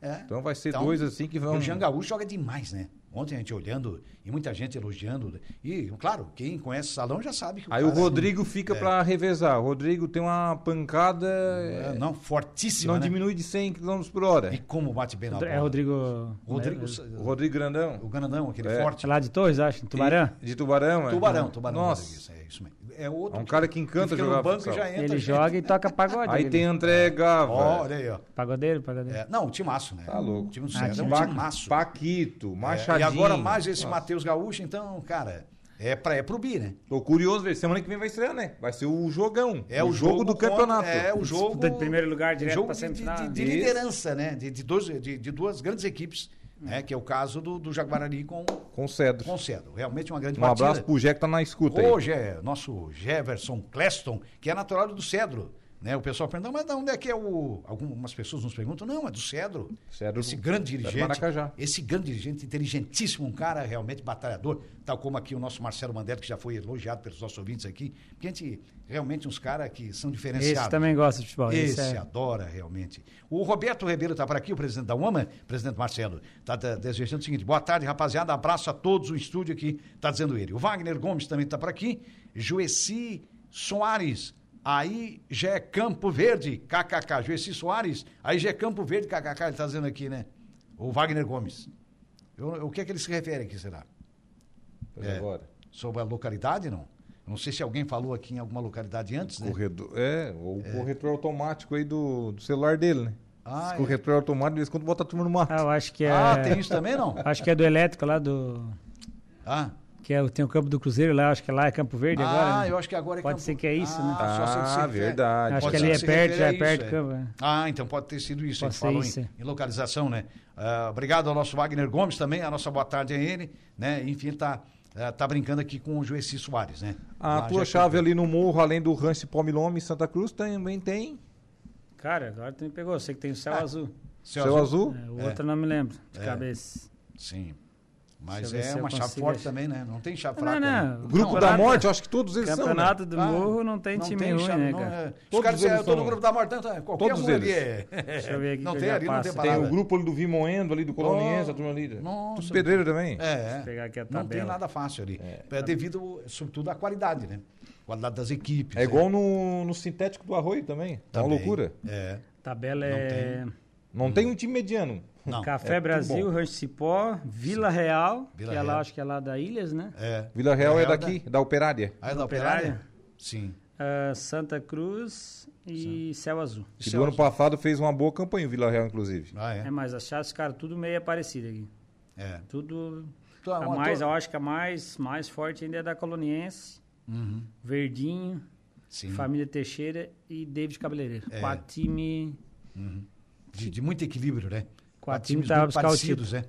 Speaker 2: É.
Speaker 4: Então vai ser
Speaker 2: Então,
Speaker 4: dois assim que
Speaker 2: E
Speaker 4: vão.
Speaker 2: o Jean Gaúcho joga demais, né? Ontem a gente olhando e muita gente elogiando. né? E, claro, quem conhece o salão já sabe que
Speaker 4: Aí o
Speaker 2: cara- assim, é
Speaker 4: Rodrigo fica pra revezar. O Rodrigo tem uma pancada.
Speaker 2: É,
Speaker 4: eh,
Speaker 2: não, fortíssima,
Speaker 4: não
Speaker 2: né?
Speaker 4: diminui de 100 km por
Speaker 2: E
Speaker 4: hora.
Speaker 2: como bate bem na bola.
Speaker 3: É Rodrigo.
Speaker 2: Rodrigo,
Speaker 4: O
Speaker 2: o
Speaker 4: Rodrigo Grandão.
Speaker 2: Ganadão, aquele
Speaker 4: É.
Speaker 2: forte.
Speaker 3: É lá né? de Torres, acho, em Tubarão.
Speaker 4: De Tubarão, é?
Speaker 2: Tubarão, tubarão.
Speaker 4: Nossa.
Speaker 2: Rodrigues, É isso mesmo. É outro.
Speaker 4: É um cara que encanta
Speaker 2: fica
Speaker 4: jogar
Speaker 2: no banco e
Speaker 4: futsal.
Speaker 2: já entra.
Speaker 3: Ele
Speaker 2: gente.
Speaker 3: joga e toca pagode.
Speaker 4: Aí
Speaker 3: ele.
Speaker 4: tem André Gava.
Speaker 2: Ó, É. Olha aí, ó.
Speaker 3: Pagodeiro, pagodeiro.
Speaker 2: É, não, o timaço, né?
Speaker 4: Tá louco.
Speaker 2: O time do
Speaker 3: Ah,
Speaker 2: Ceará é um
Speaker 4: Pa-
Speaker 2: timaço.
Speaker 4: Paquito,
Speaker 2: É, e
Speaker 4: Machadinho.
Speaker 2: agora mais esse
Speaker 4: Nossa.
Speaker 2: Matheus Gaúcho, então, cara, é, pra, é pro Bi, né?
Speaker 4: Tô curioso, ver. Semana que vem vai estrear, né? Vai ser o jogão.
Speaker 2: É o, jogo,
Speaker 4: do
Speaker 2: contra-
Speaker 4: campeonato.
Speaker 2: É o jogo.
Speaker 3: Disputa de primeiro lugar direto
Speaker 2: jogo
Speaker 3: pra
Speaker 2: de- de,
Speaker 3: semifinal.
Speaker 2: de- de
Speaker 4: Isso.
Speaker 2: liderança, né? De, de dois- de- de duas grandes equipes, né? Que é o caso do, do Jaguarari com,
Speaker 4: Com o Cedro.
Speaker 2: com o Cedro. Realmente uma grande
Speaker 4: Um
Speaker 2: partida.
Speaker 4: abraço pro Jé que tá na escuta aí.
Speaker 2: Hoje é nosso Jefferson Cleston, que é natural do Cedro. Né? O pessoal pergunta, mas de onde é que é o. Algumas pessoas nos perguntam, não, é do Cedro.
Speaker 4: Cedro-
Speaker 2: esse grande
Speaker 4: Cedro
Speaker 2: dirigente.
Speaker 4: Maracajá.
Speaker 2: Esse grande dirigente, inteligentíssimo, um cara realmente batalhador, tal como aqui o nosso Marcelo Mandetta, que já foi elogiado pelos nossos ouvintes aqui. Porque a gente, realmente, uns caras que
Speaker 4: é
Speaker 2: são diferenciados.
Speaker 3: Esse também gosta de futebol.
Speaker 2: Esse
Speaker 3: Esse, é.
Speaker 2: adora realmente. O Roberto Ribeiro está por aqui, o presidente da UMA, presidente Marcelo, está desejando o seguinte: boa tarde, rapaziada. Abraço a todos o estúdio aqui, está dizendo ele. O Wagner Gomes também está por aqui. Juessi Soares, aí já é Campo Verde, KKK. Juessi Soares, aí já é Campo Verde, KKK, ele está dizendo aqui, né? O Wagner Gomes. Eu- o que é que ele se refere aqui, será?
Speaker 4: Pois
Speaker 2: É.
Speaker 4: agora.
Speaker 2: Sobre a localidade, não? Eu Não sei se alguém falou aqui em alguma localidade antes, né?
Speaker 4: Corredor, é, o corretor automático aí do, do celular dele, né?
Speaker 2: Ah,
Speaker 4: Esse
Speaker 2: é.
Speaker 4: corretor automático, de vez em quando bota a turma no mato.
Speaker 3: Ah, eu acho que é.
Speaker 2: Ah, tem isso também, não?
Speaker 3: Acho que é do elétrico lá do.
Speaker 2: Ah.
Speaker 3: Que é, tem o campo do Cruzeiro lá, acho que lá é Campo Verde
Speaker 2: Ah,
Speaker 3: agora. né?
Speaker 2: eu acho que agora é
Speaker 3: Pode
Speaker 2: Campo-
Speaker 3: ser que é isso, né?
Speaker 2: só se ele se
Speaker 4: Ah,
Speaker 2: refere-
Speaker 4: verdade.
Speaker 3: Acho
Speaker 2: pode
Speaker 3: que
Speaker 2: ser
Speaker 3: ali é
Speaker 2: se
Speaker 3: perto,
Speaker 2: refere
Speaker 3: já
Speaker 2: a
Speaker 3: é perto
Speaker 2: isso,
Speaker 3: do campo. é.
Speaker 2: Ah, então pode ter sido isso.
Speaker 3: Pode
Speaker 2: Ele
Speaker 3: ser
Speaker 2: falou
Speaker 3: isso,
Speaker 2: em,
Speaker 3: é.
Speaker 2: em localização, né? Ah, obrigado ao nosso Wagner Gomes também, a nossa boa tarde a ele, né? Enfim, tá, ah, tá brincando aqui com o Juessi Soares, né?
Speaker 4: Ah, A
Speaker 2: Lá
Speaker 4: tua
Speaker 2: já-
Speaker 4: chave é ali no morro, além do Rancho Palmilome em Santa Cruz, também tem.
Speaker 3: Cara, agora tu me pegou. Eu sei que tem o céu
Speaker 2: Ah,
Speaker 3: azul.
Speaker 2: Céu
Speaker 4: Céu,
Speaker 2: azul.
Speaker 4: azul.
Speaker 3: É, o outro eu não me lembro,
Speaker 2: É.
Speaker 3: de cabeça.
Speaker 2: Sim. Mas
Speaker 3: Deixa eu ver
Speaker 2: é
Speaker 3: se eu
Speaker 2: uma chave
Speaker 3: consigo
Speaker 2: forte
Speaker 3: achar.
Speaker 2: também, né? Não tem chave
Speaker 3: Não,
Speaker 2: fraca.
Speaker 3: não.
Speaker 2: né?
Speaker 3: O
Speaker 4: Grupo
Speaker 3: Não,
Speaker 4: da
Speaker 3: nada.
Speaker 4: Morte, eu acho que todos eles
Speaker 3: Campeonato
Speaker 4: são. né?
Speaker 3: do
Speaker 2: Ah,
Speaker 3: Morro não tem time ruim,
Speaker 2: chave,
Speaker 3: né,
Speaker 2: não,
Speaker 3: cara?
Speaker 2: é. Os
Speaker 4: Todos
Speaker 2: caras
Speaker 4: eles
Speaker 2: disseram, eu tô no
Speaker 4: são-
Speaker 2: grupo da morte, então, qualquer
Speaker 4: Todos
Speaker 2: um ali
Speaker 4: eles.
Speaker 2: é.
Speaker 3: Deixa eu ver aqui
Speaker 2: Não
Speaker 3: que eu
Speaker 2: tem
Speaker 3: já
Speaker 2: ali, não tem
Speaker 3: passo.
Speaker 4: Né? Tem
Speaker 2: parada.
Speaker 4: o grupo ali do Vimoendo, ali do Coloniense,
Speaker 2: Oh,
Speaker 4: a turma ali.
Speaker 2: nossa.
Speaker 4: Tudo pedreiro também.
Speaker 2: É,
Speaker 3: Deixa eu pegar aqui a
Speaker 2: não tem
Speaker 3: tabela.
Speaker 2: nada fácil ali. É, devido, sobretudo, à qualidade, né? Qualidade das equipes.
Speaker 4: É
Speaker 2: né?
Speaker 4: igual no, no sintético do Arroio também. É uma
Speaker 2: Também.
Speaker 4: loucura.
Speaker 2: É.
Speaker 3: Tabela é
Speaker 4: Não tem um time mediano.
Speaker 2: Não.
Speaker 3: Café
Speaker 4: é
Speaker 3: Brasil,
Speaker 4: tudo
Speaker 3: Rancho Cipó, Vila Real,
Speaker 2: Vila
Speaker 3: que é
Speaker 2: Real.
Speaker 3: lá, acho que é lá da Ilhas, né?
Speaker 2: É.
Speaker 4: Vila Real é
Speaker 2: Real
Speaker 4: daqui, da Operária.
Speaker 2: Ah, é da
Speaker 3: Operária?
Speaker 2: operária? Sim.
Speaker 3: Ah, Santa Cruz e Céu Azul.
Speaker 4: Que
Speaker 2: é
Speaker 4: do ano passado fez uma boa campanha, o Vila Real, inclusive.
Speaker 2: Ah,
Speaker 3: É,
Speaker 2: é.
Speaker 3: mas as chaves ficaram tudo meio parecido aqui.
Speaker 2: É.
Speaker 3: Tudo.
Speaker 2: Então,
Speaker 3: a
Speaker 2: uma
Speaker 3: mais,
Speaker 2: to-
Speaker 3: eu acho que a mais, mais forte ainda é da Coloniense, Verdinho,
Speaker 2: Uhum. Sim.
Speaker 3: Família Teixeira e David Cabeleireiro.
Speaker 2: É.
Speaker 3: Quatro times.
Speaker 2: De, de muito equilíbrio, né?
Speaker 3: Quatro
Speaker 2: times
Speaker 3: times tava
Speaker 2: muito
Speaker 3: buscar o
Speaker 2: parecidos, né?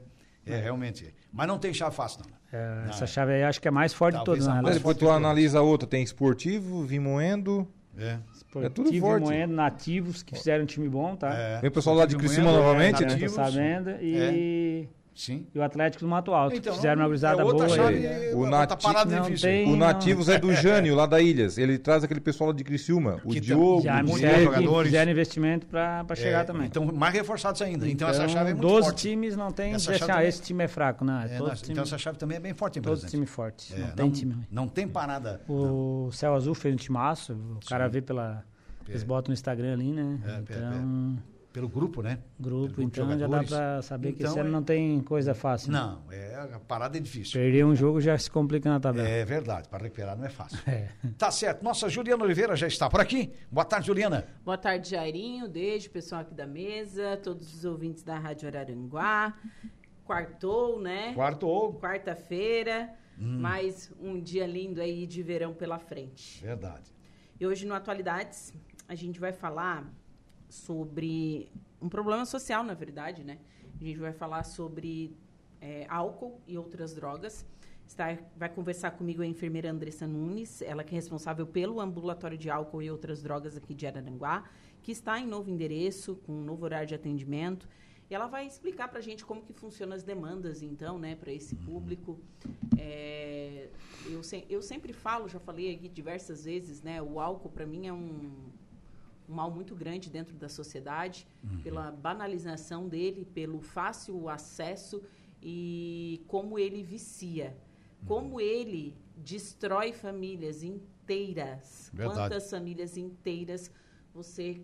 Speaker 2: É, realmente. Mas não tem chá fácil, não.
Speaker 3: É, essa chave aí acho que é a mais forte de
Speaker 2: Ah, Talvez
Speaker 3: todas.
Speaker 2: a
Speaker 3: né?
Speaker 4: Mas
Speaker 2: mais
Speaker 3: Ela-
Speaker 4: depois tu analisa a outra, tem esportivo, Vimoendo.
Speaker 2: É.
Speaker 4: é tudo
Speaker 3: Esportivo,
Speaker 4: forte.
Speaker 3: Moendo, nativos, que fizeram um time bom, tá?
Speaker 2: É.
Speaker 4: Vem o pessoal lá de
Speaker 2: Manhã,
Speaker 4: Criciúma novamente,
Speaker 3: Tá,
Speaker 4: né?
Speaker 3: tô sabendo. E
Speaker 2: Sim.
Speaker 3: E o Atlético do Mato Alto. que Então, fizeram uma gurizada
Speaker 2: é outra
Speaker 3: boa.
Speaker 2: chave,
Speaker 3: aí.
Speaker 2: é
Speaker 4: O
Speaker 2: outra
Speaker 4: Nati-
Speaker 2: parada
Speaker 3: Não
Speaker 2: difícil.
Speaker 3: tem-
Speaker 4: O Nativos é do Jânio, lá da Ilhas. Ele traz aquele pessoal lá de Criciúma. O
Speaker 2: Que tá-
Speaker 4: Diogo,
Speaker 3: Já
Speaker 4: o
Speaker 2: muitos
Speaker 3: disseram que
Speaker 2: jogadores.
Speaker 3: fizeram investimento para chegar
Speaker 2: É,
Speaker 3: também.
Speaker 2: Então, mais reforçados ainda. Então, essa chave é muito
Speaker 3: 12
Speaker 2: forte.
Speaker 3: times não tem
Speaker 2: Essa
Speaker 3: deixar,
Speaker 2: chave-
Speaker 3: esse time é fraco, não. É,
Speaker 2: É,
Speaker 3: todo
Speaker 2: nossa,
Speaker 3: time,
Speaker 2: Então, essa chave também é bem forte, hein,
Speaker 3: todo
Speaker 2: presidente?
Speaker 3: time forte.
Speaker 2: É,
Speaker 3: não tem time ruim.
Speaker 2: Não tem parada.
Speaker 3: O Céu Azul fez um timaço, o cara vê pela... Eles
Speaker 2: É.
Speaker 3: botam no Instagram ali, né?
Speaker 2: É, é,
Speaker 3: então,
Speaker 2: Pelo grupo, né?
Speaker 3: grupo,
Speaker 2: Pelo grupo de
Speaker 3: então já dá
Speaker 2: jogadores.
Speaker 3: pra saber que esse
Speaker 2: Então,
Speaker 3: ano
Speaker 2: é-
Speaker 3: não tem coisa fácil. né?
Speaker 2: Não, é, a parada é difícil.
Speaker 3: Perder um jogo já se complica na tabela.
Speaker 2: É verdade, para recuperar não é fácil.
Speaker 3: É.
Speaker 2: Tá certo. Nossa Juliana Oliveira já está por aqui. Boa tarde, Juliana.
Speaker 6: Boa tarde, Jairinho. Desde o pessoal aqui da mesa, todos os ouvintes da Rádio Araranguá. Quartou, né?
Speaker 2: Quarto oh, ou.
Speaker 6: Quarta-feira. Mais um dia lindo aí de verão pela frente.
Speaker 2: Verdade.
Speaker 6: E hoje no Atualidades a gente vai falar sobre um problema social, na verdade, né? A gente vai falar sobre é, álcool e outras drogas. Está, vai conversar comigo a enfermeira Andressa Nunes, ela que é responsável pelo ambulatório de álcool e outras drogas aqui de Araranguá, que está em novo endereço, com um novo horário de atendimento. E ela vai explicar para a gente como que funcionam as demandas, então, né, para esse público. É, eu, se- eu sempre falo, já falei aqui diversas vezes, né, o álcool para mim é um, um mal muito grande dentro da sociedade,
Speaker 2: Uhum.
Speaker 6: pela banalização dele, pelo fácil acesso e como ele vicia,
Speaker 2: Uhum.
Speaker 6: como ele destrói famílias inteiras.
Speaker 2: Verdade.
Speaker 6: Quantas famílias inteiras você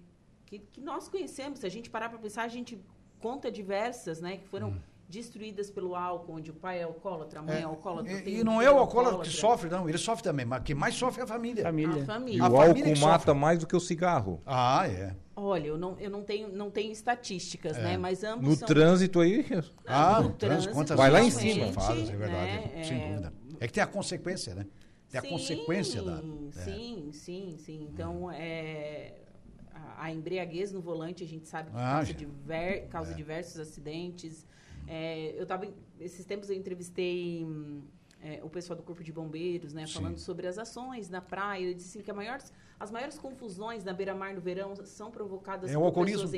Speaker 6: que, que nós conhecemos, se a gente parar para pensar, a gente conta diversas, né, que
Speaker 2: Uhum.
Speaker 6: foram destruídas pelo álcool, onde o pai é alcoólatra, a mãe é, alcoólatra.
Speaker 2: E-
Speaker 6: tem
Speaker 2: e,
Speaker 6: um
Speaker 2: não
Speaker 6: filho
Speaker 2: é o alcoólatra que
Speaker 6: alcoólatra.
Speaker 2: sofre, não. Ele sofre também, mas quem mais sofre é a família.
Speaker 3: Família.
Speaker 6: A
Speaker 4: E
Speaker 6: família.
Speaker 2: A
Speaker 4: o
Speaker 2: família
Speaker 4: álcool
Speaker 2: que
Speaker 4: mata
Speaker 2: sofre.
Speaker 4: mais do que o cigarro.
Speaker 2: Ah, é.
Speaker 6: Olha, eu não, eu não tenho, não tenho estatísticas, né? Mas ambos
Speaker 4: No
Speaker 6: são
Speaker 4: trânsito aí,
Speaker 2: Ah,
Speaker 6: no
Speaker 2: no trânsito,
Speaker 6: trânsito,
Speaker 2: quantas
Speaker 4: Vai lá em
Speaker 2: vezes
Speaker 4: cima.
Speaker 2: são fadas, é
Speaker 6: né?
Speaker 2: verdade.
Speaker 6: É.
Speaker 2: Sem dúvida. É que tem a consequência, né? Tem a consequência da. é. Hum.
Speaker 6: Sim, sim, sim. Então, é, a, a embriaguez no volante, a gente sabe que
Speaker 2: Ah, É. Hum.
Speaker 6: causa,
Speaker 2: já.
Speaker 6: diver- causa diversos acidentes. É, eu estava, esses tempos eu entrevistei hum, é, o pessoal do Corpo de Bombeiros, né?
Speaker 2: Sim.
Speaker 6: Falando sobre as ações na praia. Eu disse assim que a maior, as maiores confusões na beira-mar no verão são provocadas
Speaker 2: É o
Speaker 6: por
Speaker 2: alcoolismo.
Speaker 6: pessoas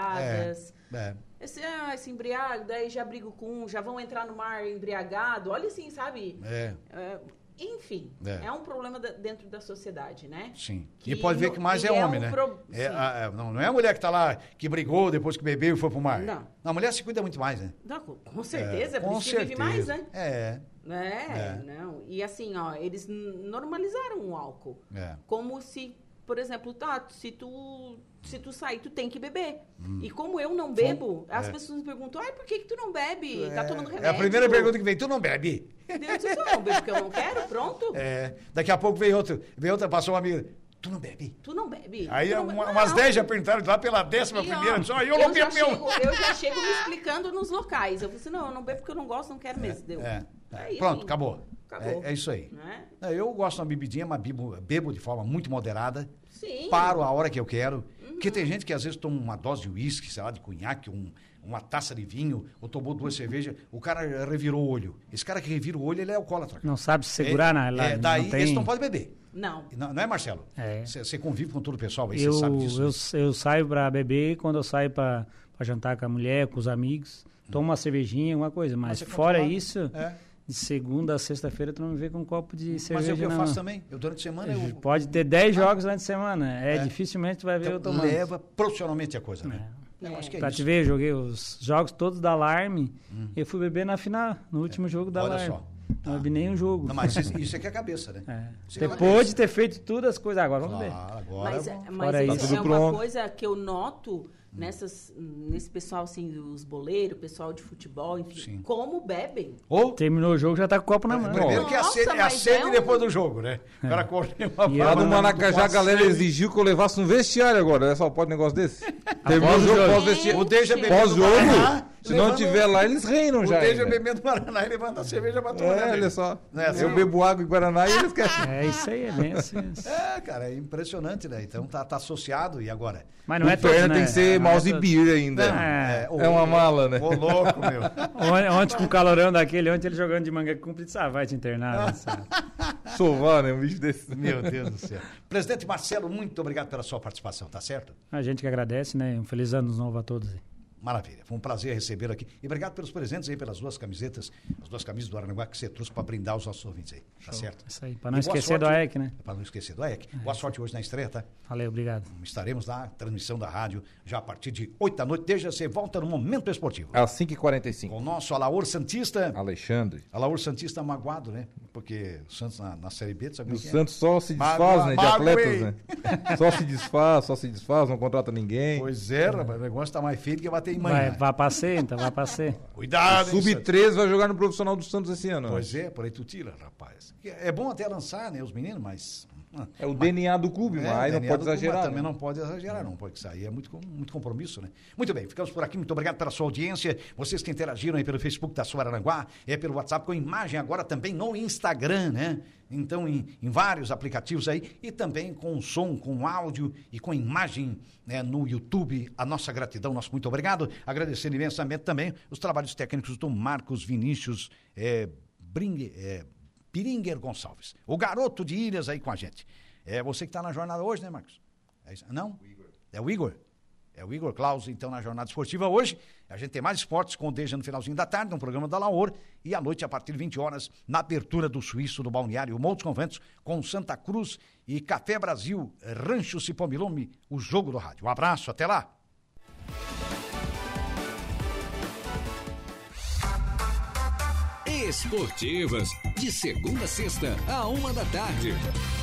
Speaker 6: embriagadas.
Speaker 2: É.
Speaker 6: Esse, ah, esse embriago, daí já brigo com um, já vão entrar no mar embriagado. Olha assim, sabe?
Speaker 2: É,
Speaker 6: É, enfim,
Speaker 2: É.
Speaker 6: é. um problema da- dentro da sociedade, né?
Speaker 2: sim.
Speaker 6: Que
Speaker 2: e pode ver
Speaker 6: no-
Speaker 2: que mais
Speaker 6: e
Speaker 2: é,
Speaker 6: é
Speaker 2: homem,
Speaker 6: um
Speaker 2: né?
Speaker 6: pro-
Speaker 2: É,
Speaker 6: sim.
Speaker 2: a- a- não, não é a mulher que tá lá, que brigou depois que bebeu e foi pro mar.
Speaker 6: Não.
Speaker 2: a mulher se cuida muito mais, né?
Speaker 6: Não, com, com certeza,
Speaker 2: É,
Speaker 6: por isso que vive mais, né?
Speaker 2: É,
Speaker 6: É, não. E assim, ó, eles n- normalizaram o álcool.
Speaker 2: é.
Speaker 6: Como se, por exemplo, tá, se tu, se tu sair, tu tem que beber. E como eu não bebo, as
Speaker 2: Hum. é.
Speaker 6: pessoas me perguntam, ai, por que que tu não bebe? Tá tomando
Speaker 2: É
Speaker 6: remédio?
Speaker 2: a primeira pergunta que vem, tu não bebe?
Speaker 6: Eu disse, eu não bebo porque eu não quero, pronto.
Speaker 2: É, daqui a pouco vem outro, vem outra, passou uma amiga, tu não bebe?
Speaker 6: Tu não bebe.
Speaker 2: Aí é
Speaker 6: tu não
Speaker 2: uma-
Speaker 6: bebe.
Speaker 2: umas
Speaker 6: Não.
Speaker 2: 10 já perguntaram lá pela décima
Speaker 6: E, ó,
Speaker 2: primeira, só eu não
Speaker 6: já
Speaker 2: bebo meu.
Speaker 6: chego- Eu já chego me explicando nos locais. Eu falei assim, não, eu não bebo porque eu não gosto, não quero mesmo. Deu.
Speaker 2: É, é.
Speaker 6: Aí,
Speaker 2: Pronto,
Speaker 6: assim,
Speaker 2: acabou.
Speaker 6: Acabou.
Speaker 2: É, é isso aí.
Speaker 6: Né?
Speaker 2: É, Eu gosto de uma bebidinha, mas bebo, bebo de forma muito moderada.
Speaker 6: Sim.
Speaker 2: Paro a hora que eu quero. Porque tem gente que às vezes toma uma dose de uísque, sei lá, de cunhaque, um- uma taça de vinho, ou tomou duas cervejas, o cara revirou o olho. Esse cara que revira o olho, ele é alcoólatra. cara.
Speaker 3: Não sabe se segurar
Speaker 2: É,
Speaker 3: na lá,
Speaker 2: é, daí,
Speaker 3: não tem...
Speaker 2: esse não pode beber.
Speaker 6: Não.
Speaker 2: Não, não é, Marcelo?
Speaker 3: É.
Speaker 2: Você convive com todo o pessoal aí, você
Speaker 3: eu,
Speaker 2: sabe disso. né?
Speaker 3: eu, eu saio pra beber quando eu saio pra, pra jantar com a mulher, com os amigos. Tomo uma cervejinha, alguma coisa. Mas
Speaker 2: Hum. Mas é
Speaker 3: fora
Speaker 2: controlado.
Speaker 3: isso,
Speaker 2: É.
Speaker 3: de segunda a sexta-feira tu não me vê com um copo de
Speaker 2: Mas
Speaker 3: cerveja,
Speaker 2: é o que eu
Speaker 3: não.
Speaker 2: faço também. Eu durante a semana eu,
Speaker 3: Pode ter 10 jogos durante a semana. É, dificilmente tu vai ver
Speaker 2: então,
Speaker 3: eu tomando.
Speaker 2: leva profissionalmente a coisa, né? Eu
Speaker 6: É.
Speaker 2: acho que é
Speaker 3: pra
Speaker 2: isso. Hum.
Speaker 3: te ver, eu joguei os jogos todos da Alarme. Eu fui beber na final, no último jogo da
Speaker 2: Olha
Speaker 3: Alarme.
Speaker 2: só. Tá.
Speaker 3: Não bebi nenhum jogo.
Speaker 2: Não, mas isso, isso é que é a cabeça, né?
Speaker 3: É.
Speaker 2: Isso é que é a
Speaker 3: Depois de ter feito todas as coisas. Agora vamos ver.
Speaker 2: Claro, agora.
Speaker 6: Mas,
Speaker 2: vamos-
Speaker 6: mas
Speaker 3: Fora
Speaker 6: isso
Speaker 4: isso.
Speaker 6: é
Speaker 4: Tudo
Speaker 6: uma
Speaker 4: pronto.
Speaker 6: coisa que eu noto nessas, nesse pessoal, assim, os boleiros, pessoal de futebol, enfim,
Speaker 2: Sim.
Speaker 6: como bebem.
Speaker 2: Ou,
Speaker 3: Terminou o jogo, já tá com o copo na mão.
Speaker 2: primeiro que é a
Speaker 6: Nossa,
Speaker 2: sede, é a
Speaker 6: mas
Speaker 2: sede
Speaker 6: é um-
Speaker 2: depois do jogo, né? O cara correu uma
Speaker 3: É. E
Speaker 4: lá
Speaker 3: eu
Speaker 4: no
Speaker 3: mando
Speaker 4: Maracajá a
Speaker 2: com a
Speaker 4: galera
Speaker 2: sede.
Speaker 4: exigiu que eu levasse um vestiário agora. Olha só, pode um negócio desse? Terminou o
Speaker 3: Após o
Speaker 4: jogo,
Speaker 3: jogo.
Speaker 4: pós-vestiário.
Speaker 2: O Deja bebendo Paraná,
Speaker 4: Pós-jogo? Se não
Speaker 2: levando-
Speaker 4: tiver lá, eles reinam
Speaker 2: O
Speaker 4: já.
Speaker 2: Deja
Speaker 4: ainda.
Speaker 2: bebendo Paraná e levanta a cerveja pra tomar.
Speaker 4: É, olha só.
Speaker 2: Não é assim?
Speaker 4: Eu bebo água em Guaraná e eles querem.
Speaker 3: É isso aí, é bem assim.
Speaker 2: É, cara, é impressionante, né? Então tá, tá associado e agora?
Speaker 3: Mas não é
Speaker 4: O
Speaker 3: todo,
Speaker 4: Perna
Speaker 3: né?
Speaker 4: tem que ser
Speaker 3: Não é
Speaker 4: mouse
Speaker 3: todo.
Speaker 4: beer ainda.
Speaker 3: É.
Speaker 2: o-
Speaker 4: É uma mala, né?
Speaker 2: Ô, louco, meu.
Speaker 3: Ontem, ontem com o calorão daquele, ontem ele jogando de manga cúmplice, ah, vai te internar. né, sabe?
Speaker 4: Sovar, né? Um bicho desse.
Speaker 2: Meu Deus do céu. Presidente Marcelo, muito obrigado pela sua participação, tá certo?
Speaker 3: A gente que agradece, né? Um feliz ano novo a todos. aí.
Speaker 2: Maravilha, foi um prazer receber aqui. E obrigado pelos presentes aí, pelas duas camisetas, as duas camisas do Aranaguá que você trouxe para brindar os nossos ouvintes aí. Tá certo?
Speaker 3: É Isso aí, pra não
Speaker 2: E boa
Speaker 3: esquecer do
Speaker 2: sorte-
Speaker 3: AEC, né?
Speaker 2: Para não esquecer do AEC. Boa sorte hoje na estreia, tá?
Speaker 3: Valeu, obrigado.
Speaker 2: Estaremos na transmissão da rádio já a partir de 8 da noite. Deixa você volta no Momento Esportivo.
Speaker 4: É Às 5h45.
Speaker 2: Com o nosso Alaor Santista.
Speaker 4: Alexandre.
Speaker 2: Alaor Santista magoado, né? Porque o Santos na, na Série B, tu sabe
Speaker 4: O
Speaker 2: como é que é?
Speaker 4: Santos só se
Speaker 2: Mago-
Speaker 4: desfaz, né? De
Speaker 2: magoei.
Speaker 4: atletas, né? Só se desfaz, só se desfaz, não contrata ninguém.
Speaker 2: Pois é, rapaz, o negócio tá mais feio do que bater em
Speaker 3: Vai,
Speaker 2: manhã.
Speaker 3: vá pra C, então, vá pra C.
Speaker 2: Cuidado, hein, Santos?
Speaker 4: Sub-13 vai jogar no profissional do Santos esse ano.
Speaker 2: é,
Speaker 4: né?
Speaker 2: Pois é, por aí tu tira, rapaz. É é bom até lançar, né, os meninos, mas... hum,
Speaker 4: É o DNA do clube,
Speaker 2: É,
Speaker 4: mas não
Speaker 2: Daniel
Speaker 4: pode
Speaker 2: do Cuba
Speaker 4: exagerar.
Speaker 2: Também
Speaker 4: né?
Speaker 2: não pode exagerar, não, porque isso aí é muito, com- muito compromisso, né? Muito bem, ficamos por aqui. Muito obrigado pela sua audiência. Vocês que interagiram aí pelo Facebook da Suaranguá, é pelo WhatsApp, com imagem agora também no Instagram, né? Então, em, em vários aplicativos aí, e também com som, com áudio e com imagem né, no YouTube. A nossa gratidão, nosso muito obrigado. Agradecendo imensamente também os trabalhos técnicos do Marcos Vinícius eh, Bringue. eh, Piringer Gonçalves, o garoto de Ilhas aí com a gente. É você que está na jornada hoje, né, Marcos? É isso? Não? É o Igor. É o Igor Claus, então, na jornada esportiva hoje. A gente tem mais esportes com o Deja no finalzinho da tarde, no programa da Laor. E à noite, a partir de 20 horas, na abertura do Suíço do Balneário Montes Conventos, com Santa Cruz e Café Brasil, Rancho Cipomilume, o jogo do rádio. Um abraço, até lá.
Speaker 1: Esportivas, de segunda a sexta, a uma da tarde.